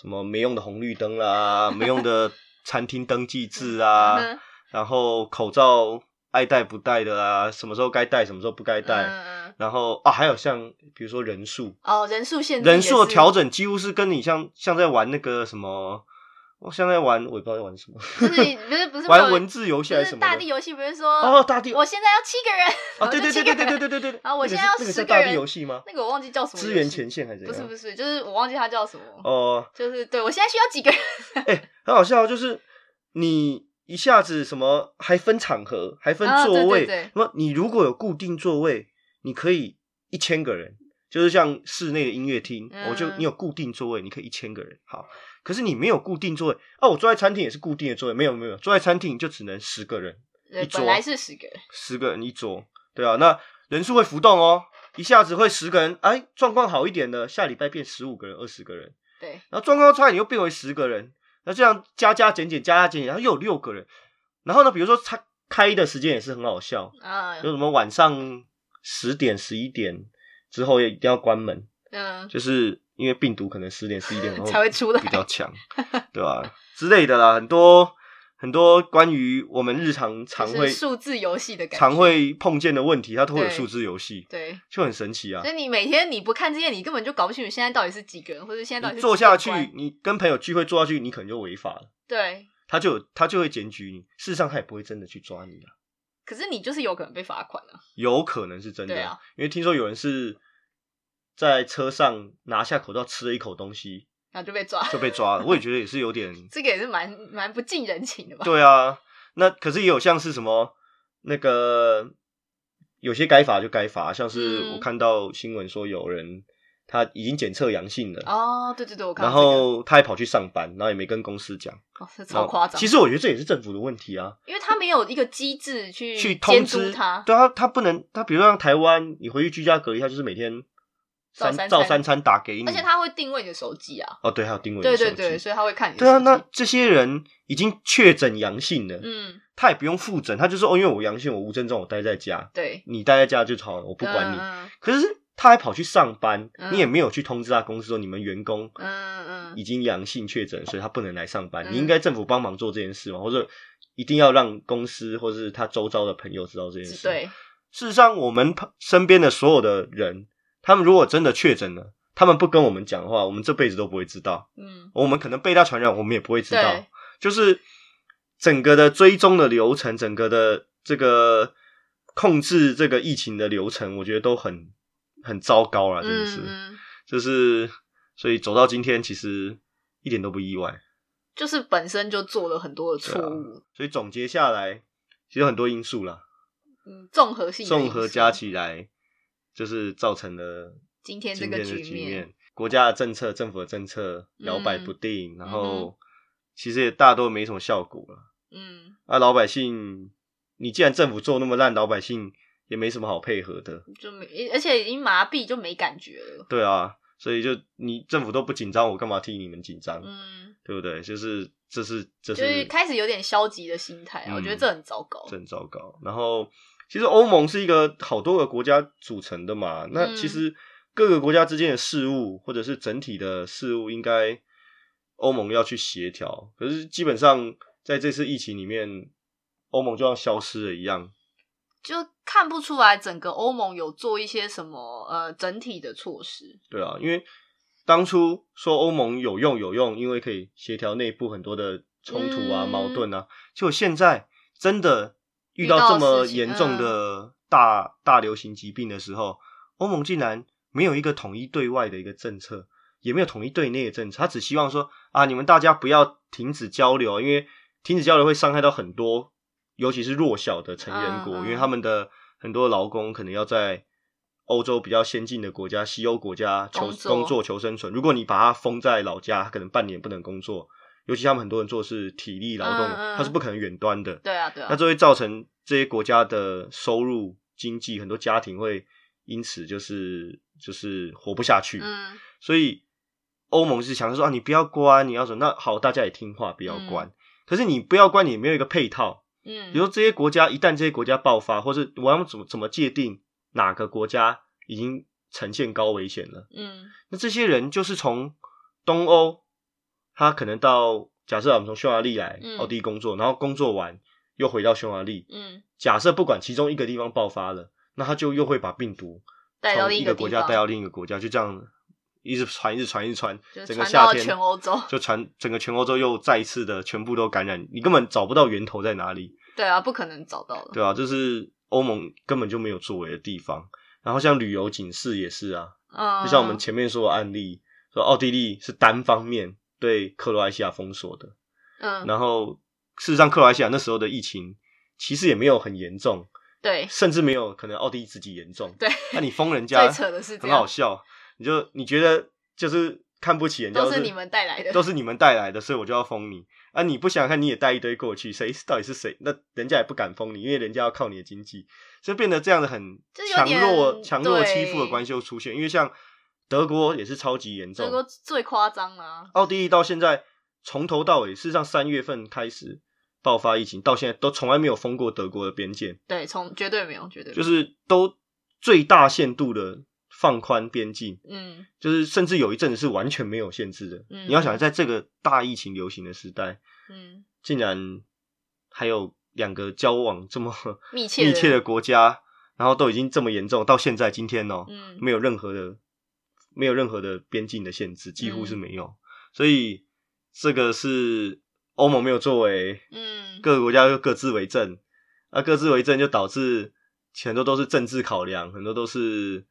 [SPEAKER 2] 什么没用的红绿灯啦，没用 的餐厅登记制啊，
[SPEAKER 1] 嗯
[SPEAKER 2] 然后口罩爱戴不戴的啊，什么时候该戴，什么时候不该戴，
[SPEAKER 1] 嗯嗯
[SPEAKER 2] 然后啊，还有像比如说人数，
[SPEAKER 1] 哦，人数限制
[SPEAKER 2] 人数的调
[SPEAKER 1] 整，
[SPEAKER 2] 整几乎是跟你像像在玩那个什么，我像在玩，我也不知道在玩什么，
[SPEAKER 1] 就是不是不是
[SPEAKER 2] 玩
[SPEAKER 1] 有
[SPEAKER 2] 文字游戏
[SPEAKER 1] 就
[SPEAKER 2] 还是
[SPEAKER 1] 是
[SPEAKER 2] 什么的
[SPEAKER 1] 大地游戏，不是说
[SPEAKER 2] 哦，大地
[SPEAKER 1] 我现在要七个人，
[SPEAKER 2] 啊，
[SPEAKER 1] 我
[SPEAKER 2] 对
[SPEAKER 1] 就
[SPEAKER 2] 对
[SPEAKER 1] 七
[SPEAKER 2] 对
[SPEAKER 1] 个
[SPEAKER 2] 对对对
[SPEAKER 1] 人
[SPEAKER 2] 对对对
[SPEAKER 1] 啊我
[SPEAKER 2] 那
[SPEAKER 1] 现
[SPEAKER 2] 个
[SPEAKER 1] 在
[SPEAKER 2] 是
[SPEAKER 1] 要
[SPEAKER 2] 那
[SPEAKER 1] 十
[SPEAKER 2] 个叫
[SPEAKER 1] 个
[SPEAKER 2] 大地
[SPEAKER 1] 人
[SPEAKER 2] 游戏吗？
[SPEAKER 1] 那个我忘记叫什么
[SPEAKER 2] 资
[SPEAKER 1] 游
[SPEAKER 2] 源
[SPEAKER 1] 戏
[SPEAKER 2] 前线还是怎
[SPEAKER 1] 不是
[SPEAKER 2] 样？
[SPEAKER 1] 不是，就是我忘记它叫什么，
[SPEAKER 2] 哦，
[SPEAKER 1] 就是对我现在需要几个人，
[SPEAKER 2] 哎、很好笑，就是你一下子什么还分场合，还分
[SPEAKER 1] 啊对
[SPEAKER 2] 座位
[SPEAKER 1] 对对，
[SPEAKER 2] 那、么你如果有固定座位，你可以一千个人，就是像室内的音乐厅，我就
[SPEAKER 1] 嗯
[SPEAKER 2] 你有固定座位，你可以一千个人。好，可是你没有固定座位啊，我坐在餐厅也是固定的座位，没有没有，坐在餐厅就只能十个人，
[SPEAKER 1] 对
[SPEAKER 2] 一桌
[SPEAKER 1] 本来是十个人，
[SPEAKER 2] 十个人一桌，对啊，那人数会浮动哦。一下子会十个人，哎，状况好一点的，下礼拜变十五个人、二十个人，
[SPEAKER 1] 对，
[SPEAKER 2] 然后状况差，你又变为十个人，那这样加加减减加加减减，然后又有六个人。然后呢，比如说他开的时间也是很好笑，
[SPEAKER 1] 啊
[SPEAKER 2] 有什么晚上十点、十一点之后也一定要关门，
[SPEAKER 1] 嗯，
[SPEAKER 2] 就是因为病毒可能十点、十一点后
[SPEAKER 1] 才会出来
[SPEAKER 2] 比较强，对吧、之类的啦，很多很多关于我们日常常
[SPEAKER 1] 就
[SPEAKER 2] 会
[SPEAKER 1] 是数字游戏的感觉
[SPEAKER 2] 常会碰见的问题，它都会有
[SPEAKER 1] 对
[SPEAKER 2] 数字游戏，
[SPEAKER 1] 对，
[SPEAKER 2] 就很神奇啊
[SPEAKER 1] 所。以你每天你不看这些，你根本就搞不清楚现在到底是几个人，或者现在到底是
[SPEAKER 2] 你做
[SPEAKER 1] 几个
[SPEAKER 2] 下去
[SPEAKER 1] 关，
[SPEAKER 2] 你跟朋友聚会做下去，你可能就违法了，
[SPEAKER 1] 对。
[SPEAKER 2] 他就有他就会检举你。事实上，他也不会真的去抓你啊，
[SPEAKER 1] 可是你就是有可能被罚款啊！
[SPEAKER 2] 有可能是真的
[SPEAKER 1] 对
[SPEAKER 2] 啊，
[SPEAKER 1] 啊
[SPEAKER 2] 因为听说有人是在车上拿下口罩吃了一口东西
[SPEAKER 1] 然后就被抓，
[SPEAKER 2] 就 被抓了，我也觉得也是有点
[SPEAKER 1] 这个也是蛮蛮不近人情的吧？
[SPEAKER 2] 对啊，那可是也有像是什么那个有些该罚就该罚，像是
[SPEAKER 1] 嗯
[SPEAKER 2] 我看到新闻说有人他已经检测阳性了，
[SPEAKER 1] 哦，对对对，我看
[SPEAKER 2] 然
[SPEAKER 1] 到这个
[SPEAKER 2] 后他还跑去上班，然后也没跟公司讲，
[SPEAKER 1] 哦，这
[SPEAKER 2] 然
[SPEAKER 1] 超
[SPEAKER 2] 后
[SPEAKER 1] 夸张，
[SPEAKER 2] 其实我觉得这也是政府的问题啊，
[SPEAKER 1] 因为他没有一个机制去
[SPEAKER 2] 去通
[SPEAKER 1] 嗯监督
[SPEAKER 2] 知
[SPEAKER 1] 他，
[SPEAKER 2] 对啊，他不能，他比如说像台湾，你回去居家隔离，他就是每天
[SPEAKER 1] 照
[SPEAKER 2] 三
[SPEAKER 1] 三
[SPEAKER 2] 照
[SPEAKER 1] 餐
[SPEAKER 2] 三餐打给你，
[SPEAKER 1] 而且他会定位你的手机啊，
[SPEAKER 2] 哦对，还有定位
[SPEAKER 1] 对
[SPEAKER 2] 你手
[SPEAKER 1] 对
[SPEAKER 2] 机，
[SPEAKER 1] 对，所以他会看你的
[SPEAKER 2] 对啊，
[SPEAKER 1] 手机
[SPEAKER 2] 那这些人已经确诊阳性了，
[SPEAKER 1] 嗯，
[SPEAKER 2] 他也不用复诊，他就说哦，因为我阳性，我无症状，我待在家，
[SPEAKER 1] 对，
[SPEAKER 2] 你待在家就好了，我不管你。
[SPEAKER 1] 嗯
[SPEAKER 2] 可是他还跑去上班，
[SPEAKER 1] 嗯
[SPEAKER 2] 你也没有去通知他公司说你们员工
[SPEAKER 1] 嗯嗯嗯，
[SPEAKER 2] 已经阳性确诊，所以他不能来上班。
[SPEAKER 1] 嗯
[SPEAKER 2] 你应该政府帮忙做这件事嘛，或者一定要让公司或是他周遭的朋友知道这件事。，
[SPEAKER 1] 对，
[SPEAKER 2] 事实上我们身边的所有的人，他们如果真的确诊了，他们不跟我们讲的话，我们这辈子都不会知道。
[SPEAKER 1] 嗯，
[SPEAKER 2] 我们可能被他传染，我们也不会知道
[SPEAKER 1] 对。
[SPEAKER 2] 就是整个的追踪的流程，整个的这个控制这个疫情的流程，我觉得都很很糟糕啊了，真的是，
[SPEAKER 1] 嗯嗯，
[SPEAKER 2] 就是所以走到今天，其实一点都不意外。
[SPEAKER 1] 就是本身就做了很多的
[SPEAKER 2] 啊
[SPEAKER 1] 错误，
[SPEAKER 2] 所以总结下来，其实很多因素啦，
[SPEAKER 1] 嗯，综合性的因
[SPEAKER 2] 综
[SPEAKER 1] 素
[SPEAKER 2] 合加起来，就是造成了
[SPEAKER 1] 今天这
[SPEAKER 2] 今
[SPEAKER 1] 个
[SPEAKER 2] 天
[SPEAKER 1] 局
[SPEAKER 2] 的局面
[SPEAKER 1] 面，。
[SPEAKER 2] 国家的政策、政府的政策摇摆
[SPEAKER 1] 嗯
[SPEAKER 2] 不定，然
[SPEAKER 1] 嗯
[SPEAKER 2] 后其实也大多没什么效果了。
[SPEAKER 1] 嗯，
[SPEAKER 2] 啊，老百姓，你既然政府做那么烂，老百姓也没什么好配合的，
[SPEAKER 1] 就没，而且已经麻痹就没感觉了，
[SPEAKER 2] 对啊，所以就你政府都不紧张，我干嘛替你们紧张，
[SPEAKER 1] 嗯，
[SPEAKER 2] 对不对？就是这是这
[SPEAKER 1] 就是
[SPEAKER 2] 是
[SPEAKER 1] 开始有点消极的心态啊，我觉得
[SPEAKER 2] 嗯
[SPEAKER 1] 这很糟糕，
[SPEAKER 2] 真糟糕。然后其实欧盟是一个好多个国家组成的嘛，那
[SPEAKER 1] 嗯
[SPEAKER 2] 其实各个国家之间的事务或者是整体的事务，应该欧盟要去协调。可是基本上在这次疫情里面，欧盟就像消失了一样，
[SPEAKER 1] 就看不出来整个欧盟有做一些什么呃整体的措施，
[SPEAKER 2] 对啊，因为当初说欧盟有用有用，因为可以协调内部很多的冲突啊、
[SPEAKER 1] 嗯
[SPEAKER 2] 矛盾啊。结果现在真的遇
[SPEAKER 1] 遇到
[SPEAKER 2] 到这么
[SPEAKER 1] 事情
[SPEAKER 2] 严重的大、大流行疾病的时候，欧盟竟然没有一个统一对外的一个政策，也没有统一对内的政策，他只希望说啊，你们大家不要停止交流，因为停止交流会伤害到很多，尤其是弱小的成员国，
[SPEAKER 1] 嗯嗯
[SPEAKER 2] 因为他们的很多劳工可能要在欧洲比较先进的国家、西欧国家求
[SPEAKER 1] 工作
[SPEAKER 2] 工作求生存。如果你把他封在老家，他可能半年不能工作，尤其他们很多人做的是体力劳动，
[SPEAKER 1] 嗯嗯
[SPEAKER 2] 他是不可能远端的，
[SPEAKER 1] 对啊对
[SPEAKER 2] 那
[SPEAKER 1] 啊，
[SPEAKER 2] 就会造成这些国家的收入、经济，很多家庭会因此就是就是活不下去。
[SPEAKER 1] 嗯
[SPEAKER 2] 所以欧盟是强调说啊，你不要关，你要什么？那好，大家也听话，不要关。可是你不要关，你没有一个配套。比
[SPEAKER 1] 嗯，
[SPEAKER 2] 如说这些国家一旦这些国家爆发，或是我要怎么怎么界定哪个国家已经呈现高危险了？
[SPEAKER 1] 嗯
[SPEAKER 2] 那这些人就是从东欧，他可能到假设我们从匈牙利来
[SPEAKER 1] 嗯
[SPEAKER 2] 奥地利工作，然后工作完又回到匈牙利。
[SPEAKER 1] 嗯
[SPEAKER 2] 假设不管其中一个地方爆发了，那他就又会把病毒
[SPEAKER 1] 带到
[SPEAKER 2] 从
[SPEAKER 1] 另
[SPEAKER 2] 一
[SPEAKER 1] 个地
[SPEAKER 2] 国家
[SPEAKER 1] 方
[SPEAKER 2] 带到另一个国家，就这样一直传，一直传，一直传，
[SPEAKER 1] 就
[SPEAKER 2] 整个
[SPEAKER 1] 传
[SPEAKER 2] 夏
[SPEAKER 1] 到
[SPEAKER 2] 天
[SPEAKER 1] 全欧洲
[SPEAKER 2] 就传整个全欧洲又再一次的全部都感染，你根本找不到源头在哪里，
[SPEAKER 1] 对啊，不可能找到的，
[SPEAKER 2] 对啊，这是欧盟根本就没有作为的地方。然后像旅游警示也是啊，
[SPEAKER 1] 嗯，
[SPEAKER 2] 就像我们前面说的案例，说奥地利是单方面对克罗埃西亚封锁的，
[SPEAKER 1] 嗯
[SPEAKER 2] 然后事实上克罗埃西亚那时候的疫情其实也没有很严重，
[SPEAKER 1] 对
[SPEAKER 2] 甚至没有可能奥地利自己严重。
[SPEAKER 1] 对，
[SPEAKER 2] 那你封人家
[SPEAKER 1] 最扯的是这
[SPEAKER 2] 很好
[SPEAKER 1] 样，
[SPEAKER 2] 笑，你就你觉得就是看不起人家，
[SPEAKER 1] 都是你们带来的
[SPEAKER 2] 都是你们带来的，所以我就要封你啊！你不想想看，你也带一堆过去，谁到底是谁？那人家也不敢封你，因为人家要靠你的经济，所以变得这样的很
[SPEAKER 1] 这有
[SPEAKER 2] 强
[SPEAKER 1] 点
[SPEAKER 2] 弱强弱欺
[SPEAKER 1] 对
[SPEAKER 2] 负的关系又出现。因为像德国也是超级严
[SPEAKER 1] 德国
[SPEAKER 2] 重，
[SPEAKER 1] 最夸张啊，
[SPEAKER 2] 奥地利到现在从头到尾，事实上三月份开始爆发疫情，到现在都从来没有封过德国的边界。
[SPEAKER 1] 对，从绝对没有，绝对没有
[SPEAKER 2] 就是都最大限度的放宽边境，
[SPEAKER 1] 嗯
[SPEAKER 2] 就是甚至有一阵子是完全没有限制的。
[SPEAKER 1] 嗯
[SPEAKER 2] 你要想，在这个大疫情流行的时代，
[SPEAKER 1] 嗯，
[SPEAKER 2] 竟然还有两个交往这么
[SPEAKER 1] 密切
[SPEAKER 2] 密切的国家，然后都已经这么严重，到现在今天哦，
[SPEAKER 1] 嗯
[SPEAKER 2] 没有任何的没有任何的边境的限制，几乎是
[SPEAKER 1] 嗯
[SPEAKER 2] 没有。所以这个是欧盟没有作为，
[SPEAKER 1] 嗯
[SPEAKER 2] 各个国家就各自为政，啊，各自为政就导致很多都是政治考量，很多都是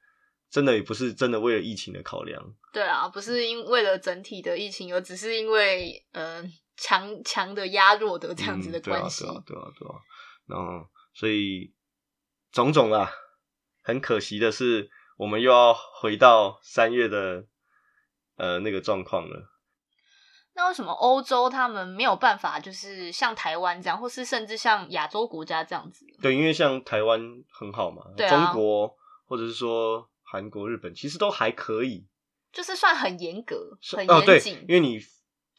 [SPEAKER 2] 真的也不是真的为了疫情的考量。
[SPEAKER 1] 对啊，不是因为了整体的疫情，而只是因为呃强强的压弱的这样子的
[SPEAKER 2] 嗯对啊
[SPEAKER 1] 关系。
[SPEAKER 2] 对啊，对啊，对啊。然后，所以种种啊，很可惜的是，我们又要回到三月的呃那个状况了。
[SPEAKER 1] 那为什么欧洲他们没有办法，就是像台湾这样，或是甚至像亚洲国家这样子？
[SPEAKER 2] 对，因为像台湾很好嘛，
[SPEAKER 1] 对啊
[SPEAKER 2] 中国或者是说韩国、日本，其实都还可以，
[SPEAKER 1] 就是算很严格、
[SPEAKER 2] 是
[SPEAKER 1] 很
[SPEAKER 2] 哦，对
[SPEAKER 1] 严谨，。
[SPEAKER 2] 因为你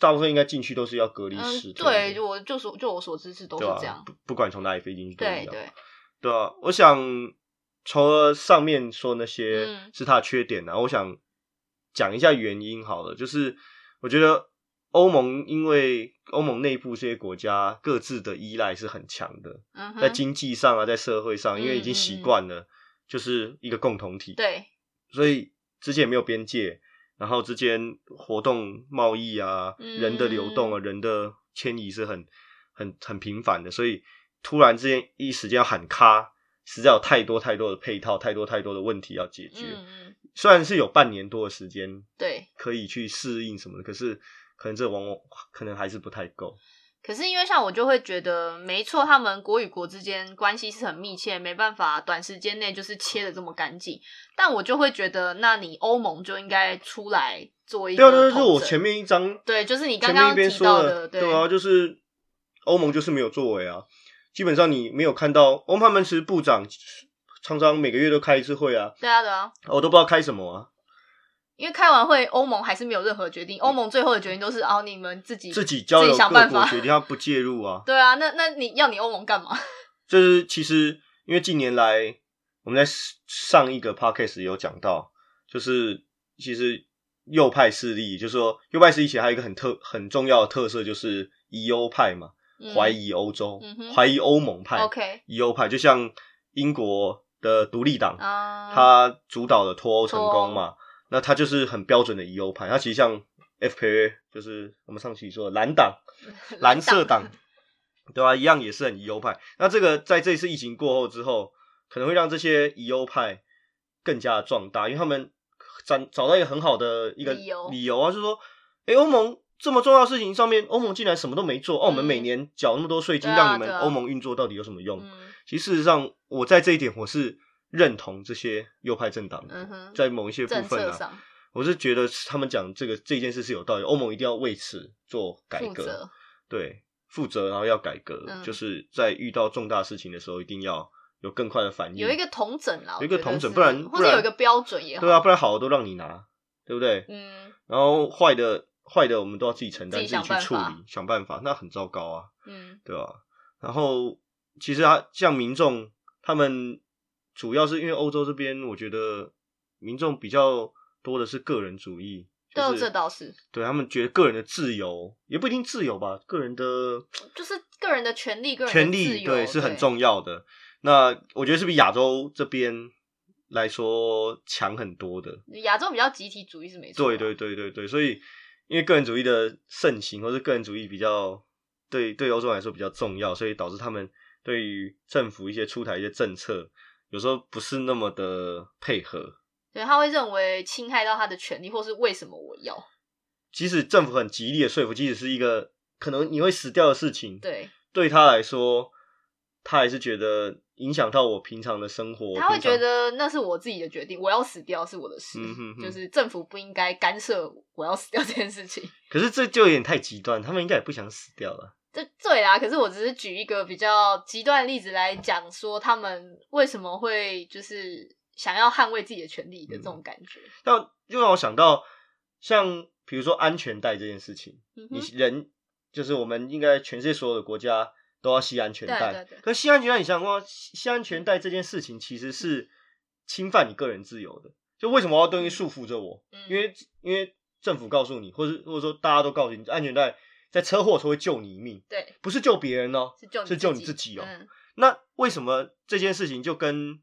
[SPEAKER 2] 大部分应该进去都是要隔离十
[SPEAKER 1] 嗯，
[SPEAKER 2] 天的，
[SPEAKER 1] 对，就我就所就我所知是都是
[SPEAKER 2] 对吧
[SPEAKER 1] 这样。
[SPEAKER 2] 不不管从哪里飞进去都一
[SPEAKER 1] 对
[SPEAKER 2] 样，
[SPEAKER 1] 对，
[SPEAKER 2] 对啊，我想除了上面说那些
[SPEAKER 1] 嗯
[SPEAKER 2] 是它的缺点、啊，然后、我想讲一下原因好了，就是我觉得欧盟因为欧盟内部这些国家各自的依赖是很强的，
[SPEAKER 1] 嗯
[SPEAKER 2] 在
[SPEAKER 1] 哼，
[SPEAKER 2] 经济上啊，在社会上，因为已经
[SPEAKER 1] 嗯嗯
[SPEAKER 2] 习
[SPEAKER 1] 嗯
[SPEAKER 2] 惯了，就是一个共同体，
[SPEAKER 1] 对，
[SPEAKER 2] 所以之前也没有边界，然后之间活动、贸易啊、
[SPEAKER 1] 嗯
[SPEAKER 2] 人的流动啊、人的迁移是很、很、很频繁的，所以突然之间一时间要喊咔，实在有太多太多的配套、太多太多的问题要解决。
[SPEAKER 1] 嗯嗯，
[SPEAKER 2] 虽然是有半年多的时间
[SPEAKER 1] 对。
[SPEAKER 2] 可以去适应什么的，可是可能这往往可能还是不太够。
[SPEAKER 1] 可是因为像我就会觉得，没错，他们国与国之间关系是很密切，没办法短时间内就是切的这么干净。但我就会觉得，那你欧盟就应该出来做一
[SPEAKER 2] 对啊，
[SPEAKER 1] 个
[SPEAKER 2] 对啊，就是
[SPEAKER 1] 统
[SPEAKER 2] 我
[SPEAKER 1] 整
[SPEAKER 2] 前面一章
[SPEAKER 1] 对，就是你
[SPEAKER 2] 前
[SPEAKER 1] 刚
[SPEAKER 2] 面一
[SPEAKER 1] 刚
[SPEAKER 2] 边
[SPEAKER 1] 提
[SPEAKER 2] 说
[SPEAKER 1] 到
[SPEAKER 2] 了，
[SPEAKER 1] 对
[SPEAKER 2] 啊，就是欧盟就是没有作为啊，基本上你没有看到欧盟他们其实部长常常每个月都开一次会啊，
[SPEAKER 1] 对啊对啊，
[SPEAKER 2] 我都不知道开什么啊，
[SPEAKER 1] 因为开完会，欧盟还是没有任何决定，欧盟最后的决定都是哦，你们自己
[SPEAKER 2] 自己交流
[SPEAKER 1] 自己想
[SPEAKER 2] 各
[SPEAKER 1] 办
[SPEAKER 2] 国
[SPEAKER 1] 法
[SPEAKER 2] 决定他不介入啊，
[SPEAKER 1] 对啊，那那你要你欧盟干嘛？
[SPEAKER 2] 就是其实因为近年来我们在上一个 podcast 也有讲到，就是其实右派势力，就是说右派势力其实还有一个很特很重要的特色就是疑欧派嘛，怀疑欧洲
[SPEAKER 1] 嗯，哼
[SPEAKER 2] 怀、疑欧盟派。
[SPEAKER 1] 嗯 OK
[SPEAKER 2] 疑欧 E 派，就像英国的独立党，
[SPEAKER 1] 啊，
[SPEAKER 2] 他主导了脱欧成功
[SPEAKER 1] 脱欧
[SPEAKER 2] 嘛，那他就是很标准的疑欧派。他其实像 FPA，就是我们上期说的蓝 党、蓝色党，对啊吧、一样也是很疑欧派。那这个在这次疫情过后之后，可能会让这些疑欧派更加壮大，因为他们找找到一个很好的一个
[SPEAKER 1] 理由
[SPEAKER 2] 理由啊，就是说，诶，欧盟。这么重要的事情上面，欧盟竟然什么都没做，哦，我们
[SPEAKER 1] 嗯
[SPEAKER 2] 每年缴那么多税金，
[SPEAKER 1] 对啊
[SPEAKER 2] 让你
[SPEAKER 1] 对
[SPEAKER 2] 们
[SPEAKER 1] 啊
[SPEAKER 2] 欧盟运作到底有什么用？
[SPEAKER 1] 嗯
[SPEAKER 2] 其实事实上，我在这一点我是认同这些右派政党的，
[SPEAKER 1] 嗯哼，
[SPEAKER 2] 在某一些部
[SPEAKER 1] 政
[SPEAKER 2] 分
[SPEAKER 1] 策
[SPEAKER 2] 啊，
[SPEAKER 1] 上
[SPEAKER 2] 我是觉得他们讲这个这件事是有道理，欧盟一定要为此做改
[SPEAKER 1] 负
[SPEAKER 2] 革，
[SPEAKER 1] 责，
[SPEAKER 2] 对，负责，然后要改革，
[SPEAKER 1] 嗯
[SPEAKER 2] 就是在遇到重大事情的时候，一定要有更快的反应，
[SPEAKER 1] 有一个统整啦，
[SPEAKER 2] 嗯有一个
[SPEAKER 1] 我觉得
[SPEAKER 2] 统整
[SPEAKER 1] 是
[SPEAKER 2] 不然
[SPEAKER 1] 或
[SPEAKER 2] 不
[SPEAKER 1] 者
[SPEAKER 2] 然
[SPEAKER 1] 有一个标准也好，
[SPEAKER 2] 对啊，，不然好的都让你拿，对不对？
[SPEAKER 1] 嗯
[SPEAKER 2] 然后坏的坏的我们都要自己承担，
[SPEAKER 1] 自
[SPEAKER 2] 自
[SPEAKER 1] 己
[SPEAKER 2] 己去
[SPEAKER 1] 想
[SPEAKER 2] 处
[SPEAKER 1] 办法
[SPEAKER 2] 理，想办法，那很糟糕啊。
[SPEAKER 1] 嗯
[SPEAKER 2] 对吧、然后其实啊，像民众他们主要是因为欧洲这边，我觉得民众比较多的是个人主义，
[SPEAKER 1] 对
[SPEAKER 2] 就
[SPEAKER 1] 啊
[SPEAKER 2] 是
[SPEAKER 1] 这倒是，
[SPEAKER 2] 对他们觉得个人的自由也不一定自由吧，个人的
[SPEAKER 1] 就是个人的权利，个人的
[SPEAKER 2] 权
[SPEAKER 1] 自
[SPEAKER 2] 利
[SPEAKER 1] 由
[SPEAKER 2] 对
[SPEAKER 1] 对
[SPEAKER 2] 是很，重要的。那我觉得是比亚洲这边来说强很多的。
[SPEAKER 1] 亚洲比较集体主义是没错，
[SPEAKER 2] 对对，对对对，所以因为个人主义的盛行，或是个人主义比较对对欧洲来说比较重要，所以导致他们对于政府一些出台一些政策，有时候不是那么的配合。
[SPEAKER 1] 对他会认为侵害到他的权利，或是为什么我要
[SPEAKER 2] 即使政府很极力的说服，即使是一个可能你会死掉的事情，
[SPEAKER 1] 对，
[SPEAKER 2] 对他来说，他还是觉得影响到我平常的生活。
[SPEAKER 1] 他会
[SPEAKER 2] 平常
[SPEAKER 1] 觉得那是我自己的决定，我要死掉是我的事，
[SPEAKER 2] 嗯哼哼
[SPEAKER 1] 就是政府不应该干涉我要死掉这件事情。
[SPEAKER 2] 可是这就有点太极端，他们应该也不想死掉了。
[SPEAKER 1] 这对啦，可是我只是举一个比较极端的例子来讲，说他们为什么会就是想要捍卫自己的权利的这
[SPEAKER 2] 嗯
[SPEAKER 1] 种感觉。
[SPEAKER 2] 那又让我想到，像比如说安全带这件事情。
[SPEAKER 1] 嗯
[SPEAKER 2] 你
[SPEAKER 1] 哼，
[SPEAKER 2] 人就是我们应该全世界所有的国家都要系安全带。
[SPEAKER 1] 对对啊对
[SPEAKER 2] 可系安全带，你想过系系安全带这件事情其实是侵犯你个人自由的。就为什么我要东西束缚着我？
[SPEAKER 1] 嗯
[SPEAKER 2] 因为因为政府告诉你，或是或者说大家都告诉你，安全带在车祸的时候会救你一命，
[SPEAKER 1] 对，
[SPEAKER 2] 不是救别人哦。
[SPEAKER 1] 是救
[SPEAKER 2] 是救你自己哦
[SPEAKER 1] 嗯
[SPEAKER 2] 那为什么这件事情就跟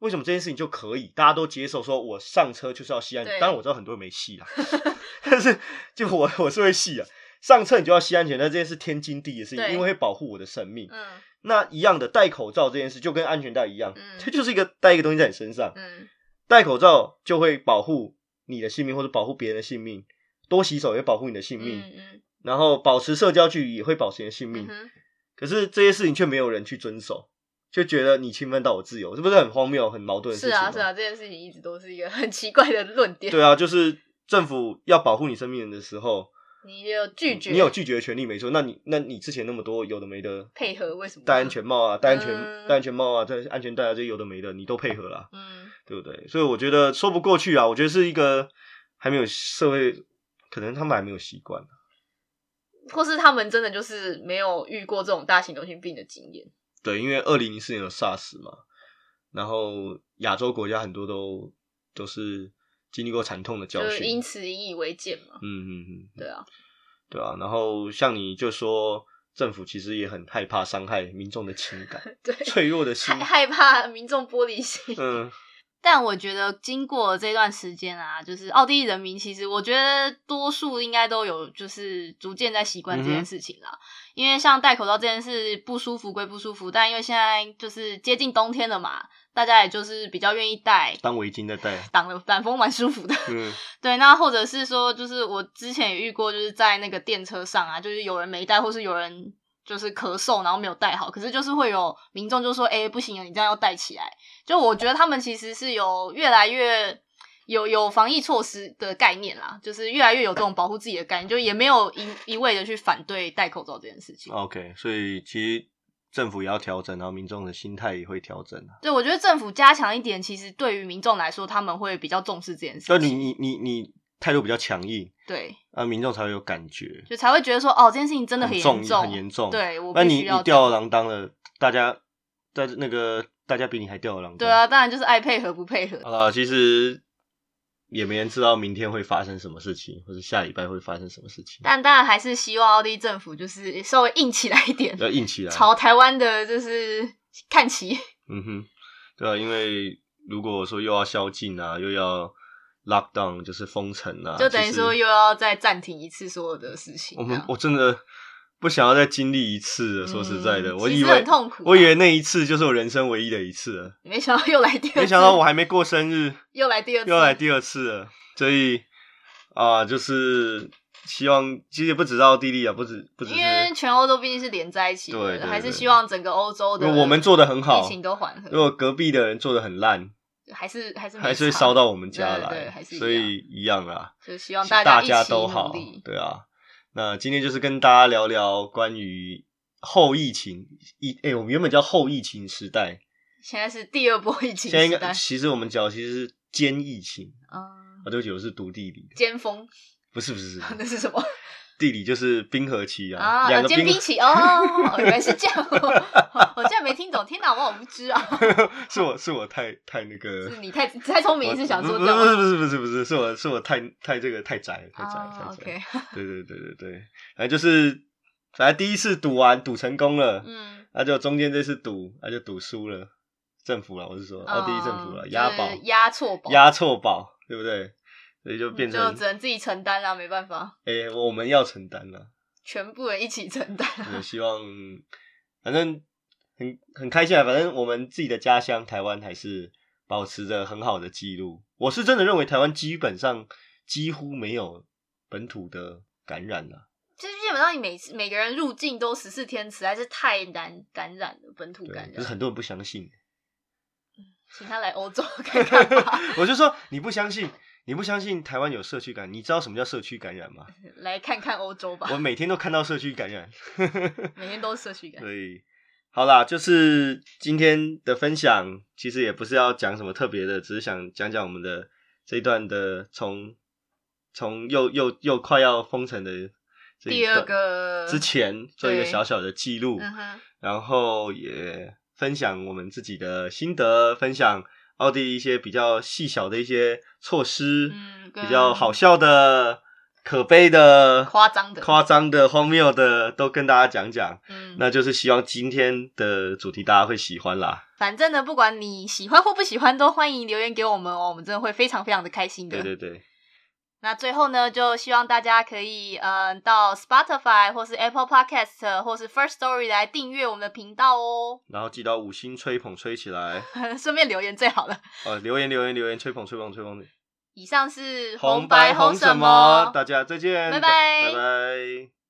[SPEAKER 2] 为什么这件事情就可以大家都接受？说我上车就是要系安全，
[SPEAKER 1] 对
[SPEAKER 2] 当然我知道很多人没系啦， 但是就我我是会系啊。上车你就要系安全，那这件事天经地义的事情，
[SPEAKER 1] 对
[SPEAKER 2] 因为会保护我的生命。
[SPEAKER 1] 嗯
[SPEAKER 2] 那一样的戴口罩这件事就跟安全带一样，
[SPEAKER 1] 嗯
[SPEAKER 2] 这就是一个戴一个东西在你身上，
[SPEAKER 1] 嗯，
[SPEAKER 2] 戴口罩就会保护你的性命或者保护别人的性命，多洗手也保护你的性命，
[SPEAKER 1] 嗯
[SPEAKER 2] 然后保持社交距离也会保持你的性
[SPEAKER 1] 嗯
[SPEAKER 2] 命。
[SPEAKER 1] 哼
[SPEAKER 2] 可是这些事情却没有人去遵守，就觉得你侵犯到我自由，这不是很荒谬、很矛盾的事
[SPEAKER 1] 是
[SPEAKER 2] 情吗？哦
[SPEAKER 1] 啊是啊，这件事情一直都是一个很奇怪的论点。
[SPEAKER 2] 对啊，就是政府要保护你生命的时候，
[SPEAKER 1] 你有拒绝，
[SPEAKER 2] 嗯你有拒绝的权利没错。那你那你之前那么多有的没的
[SPEAKER 1] 配合为什么
[SPEAKER 2] 戴安全帽啊，戴安全、
[SPEAKER 1] 嗯
[SPEAKER 2] 戴安全帽啊，戴安全带啊，这些有的没的，你都配合啦、
[SPEAKER 1] 嗯
[SPEAKER 2] 对不对？所以我觉得说不过去啊，我觉得是一个还没有社会，可能他们还没有习惯。
[SPEAKER 1] 或是他们真的就是没有遇过这种大型流行病的经验。
[SPEAKER 2] 对，因为二零零四年有 SARS 嘛，然后亚洲国家很多都都是经历过惨痛的教
[SPEAKER 1] 就是因
[SPEAKER 2] 训。
[SPEAKER 1] 此引以为戒嘛。
[SPEAKER 2] 嗯嗯嗯，
[SPEAKER 1] 对啊，，
[SPEAKER 2] 对啊。然后像你就说，政府其实也很害怕伤害民众的情感
[SPEAKER 1] 对，
[SPEAKER 2] 脆弱的心
[SPEAKER 1] 害。害怕民众玻璃心。
[SPEAKER 2] 嗯，
[SPEAKER 1] 但我觉得经过这段时间啊，就是奥地利人民，其实我觉得多数应该都有，就是逐渐在习惯这
[SPEAKER 2] 嗯哼
[SPEAKER 1] 件事情啦。因为像戴口罩这件事不舒服归不舒服，但因为现在就是接近冬天了嘛，大家也就是比较愿意戴，
[SPEAKER 2] 当围巾在戴。
[SPEAKER 1] 挡了挡风蛮舒服的。
[SPEAKER 2] 嗯
[SPEAKER 1] 对，那或者是说，就是我之前也遇过，就是在那个电车上啊，就是有人没带，或是有人就是咳嗽，然后没有带好，可是就是会有民众就说：“哎、不行啊，你这样要带起来。”就我觉得他们其实是有越来越有有防疫措施的概念啦，就是越来越有这种保护自己的概念，就也没有一一味的去反对戴口罩这件事情。
[SPEAKER 2] ，OK，所以其实政府也要调整，然后民众的心态也会调整啊。
[SPEAKER 1] 对，我觉得政府加强一点，其实对于民众来说，他们会比较重视这件事
[SPEAKER 2] 但你
[SPEAKER 1] 情。
[SPEAKER 2] 你你你态度比较强硬，
[SPEAKER 1] 对，
[SPEAKER 2] 啊，民众才会有感觉，
[SPEAKER 1] 就才会觉得说，哦，这件事情真的
[SPEAKER 2] 很
[SPEAKER 1] 严
[SPEAKER 2] 重
[SPEAKER 1] 重，
[SPEAKER 2] 很严重。
[SPEAKER 1] 对，我
[SPEAKER 2] 那
[SPEAKER 1] 必
[SPEAKER 2] 你
[SPEAKER 1] 须要这
[SPEAKER 2] 你
[SPEAKER 1] 样
[SPEAKER 2] 吊儿郎当了，大家在那个大家比你还吊儿郎当。
[SPEAKER 1] 对啊，当然就是爱配合不配合。
[SPEAKER 2] 好啦，其实也没人知道明天会发生什么事情，或者下礼拜会发生什么事情，
[SPEAKER 1] 但当然还是希望奥地利政府就是稍微硬起来一 点，
[SPEAKER 2] 要硬起来。
[SPEAKER 1] 朝台湾的就是看齐。
[SPEAKER 2] 嗯哼，对啊，因为如果说又要宵禁啊，又要 lockdown，就是封城啊，
[SPEAKER 1] 就等于
[SPEAKER 2] 其实
[SPEAKER 1] 说又要再暂停一次所有的事情。
[SPEAKER 2] 我们
[SPEAKER 1] 这样
[SPEAKER 2] 我真的不想要再经历一次了。说实在的，
[SPEAKER 1] 嗯
[SPEAKER 2] 我
[SPEAKER 1] 其
[SPEAKER 2] 以
[SPEAKER 1] 实
[SPEAKER 2] 为
[SPEAKER 1] 很痛苦啊
[SPEAKER 2] 我以为那一次就是我人生唯一的一次 了，
[SPEAKER 1] 没想到又来第二次，
[SPEAKER 2] 没想到我还没过生日。
[SPEAKER 1] 又来第二次，
[SPEAKER 2] 又来第二次了，所以啊、就是希望其实也不止奥地利啊，不止不只是，
[SPEAKER 1] 因为全欧洲毕竟是连在一起的，
[SPEAKER 2] 对对
[SPEAKER 1] 还是
[SPEAKER 2] 对
[SPEAKER 1] 希望整个欧洲的
[SPEAKER 2] 因为我们做得很好
[SPEAKER 1] 疫情都缓
[SPEAKER 2] 如
[SPEAKER 1] 和，
[SPEAKER 2] 果隔壁的人做的很烂，
[SPEAKER 1] 还是还是没
[SPEAKER 2] 还是会
[SPEAKER 1] 差
[SPEAKER 2] 烧到我们家
[SPEAKER 1] 对对
[SPEAKER 2] 来
[SPEAKER 1] 还，是一样
[SPEAKER 2] 所以一样啦，
[SPEAKER 1] 就希望
[SPEAKER 2] 大
[SPEAKER 1] 家一起
[SPEAKER 2] 都好
[SPEAKER 1] 努力，
[SPEAKER 2] 对啊。那今天就是跟大家聊聊关于后疫情疫，哎、我们原本叫后疫情时代，
[SPEAKER 1] 现在是第二波疫情
[SPEAKER 2] 现在应
[SPEAKER 1] 时代
[SPEAKER 2] 该，其实我们讲的其实是兼疫情
[SPEAKER 1] 嗯，
[SPEAKER 2] 啊，对不起，我是读地理的，
[SPEAKER 1] 尖峰
[SPEAKER 2] 不是不是不
[SPEAKER 1] 那
[SPEAKER 2] 是，
[SPEAKER 1] 是什么？
[SPEAKER 2] 地理就是冰河期啊，
[SPEAKER 1] 啊，
[SPEAKER 2] 两、
[SPEAKER 1] 呃
[SPEAKER 2] 个
[SPEAKER 1] 煎
[SPEAKER 2] 冰
[SPEAKER 1] 冰
[SPEAKER 2] 河
[SPEAKER 1] 起哦，原来是这样，哦我我竟然没听懂，天哪，我好无知 啊！
[SPEAKER 2] 是我是我太太那个，
[SPEAKER 1] 是你太你太聪明，
[SPEAKER 2] 我
[SPEAKER 1] 是想说
[SPEAKER 2] 不
[SPEAKER 1] 这样吗
[SPEAKER 2] 不是不是不是不是，是我是我太太这个太宅了，太宅了，
[SPEAKER 1] 啊
[SPEAKER 2] 太宅了。
[SPEAKER 1] ？OK，
[SPEAKER 2] 对对对对对，反正就是反正第一次赌完赌成功了，
[SPEAKER 1] 嗯，
[SPEAKER 2] 那、就中间这次赌那、就赌输了，政府了，我是说奥地利政府了，
[SPEAKER 1] 嗯
[SPEAKER 2] 押
[SPEAKER 1] 就是
[SPEAKER 2] 宝
[SPEAKER 1] 押错宝，
[SPEAKER 2] 押错宝，对不对？所以就变
[SPEAKER 1] 就
[SPEAKER 2] 成
[SPEAKER 1] 只能自己承担啦，没办法，
[SPEAKER 2] 哎、我们要承担了。
[SPEAKER 1] 全部人一起承担。
[SPEAKER 2] 我希望反正很很开心啊，反正我们自己的家乡台湾还是保持着很好的记录。我是真的认为台湾基本上几乎没有本土的感染啊了、
[SPEAKER 1] 就是基本上你每次每个人入境都十四天，实在是太难感染了，本土
[SPEAKER 2] 对
[SPEAKER 1] 感，
[SPEAKER 2] 可是
[SPEAKER 1] 染，
[SPEAKER 2] 很多人不相信。
[SPEAKER 1] 请他来欧洲看看吧，
[SPEAKER 2] 我就说你不相信，你不相信台湾有社区感，你知道什么叫社区感染 吗？
[SPEAKER 1] 来看看欧洲吧
[SPEAKER 2] 我，每天都看到社区感染，
[SPEAKER 1] 每天都是社区感染。
[SPEAKER 2] 所以好啦，就是今天的分享，其实也不是要讲什么特别的，只是想讲讲我们的这一段的从从又又又快要封城的这一
[SPEAKER 1] 第二
[SPEAKER 2] 段
[SPEAKER 1] 个
[SPEAKER 2] 之，前做一个
[SPEAKER 1] 对
[SPEAKER 2] 小小的记录，
[SPEAKER 1] 嗯哼，
[SPEAKER 2] 然后也分享我们自己的心得，分享奥地利一些比较细小的一些措施，
[SPEAKER 1] 嗯，
[SPEAKER 2] 比较
[SPEAKER 1] 跟
[SPEAKER 2] 好笑的。可悲的、
[SPEAKER 1] 夸张的
[SPEAKER 2] 夸张的、荒谬的，都跟大家讲讲。
[SPEAKER 1] 嗯，
[SPEAKER 2] 那就是希望今天的主题大家会喜欢啦。
[SPEAKER 1] 反正呢，不管你喜欢或不喜欢，都欢迎留言给我们哦，我们真的会非常非常的开心的。
[SPEAKER 2] 对对对，
[SPEAKER 1] 那最后呢，就希望大家可以嗯到 Spotify 或是 Apple Podcast 或是 First Story 来订阅我们的频道哦，
[SPEAKER 2] 然后记得五星吹捧吹起来，
[SPEAKER 1] 顺便留言最好了。
[SPEAKER 2] 呃，留言留言留言，吹捧吹捧吹捧，
[SPEAKER 1] 以上是
[SPEAKER 2] 红白
[SPEAKER 1] 红
[SPEAKER 2] 红什么？大家再见，
[SPEAKER 1] 拜拜
[SPEAKER 2] 拜拜。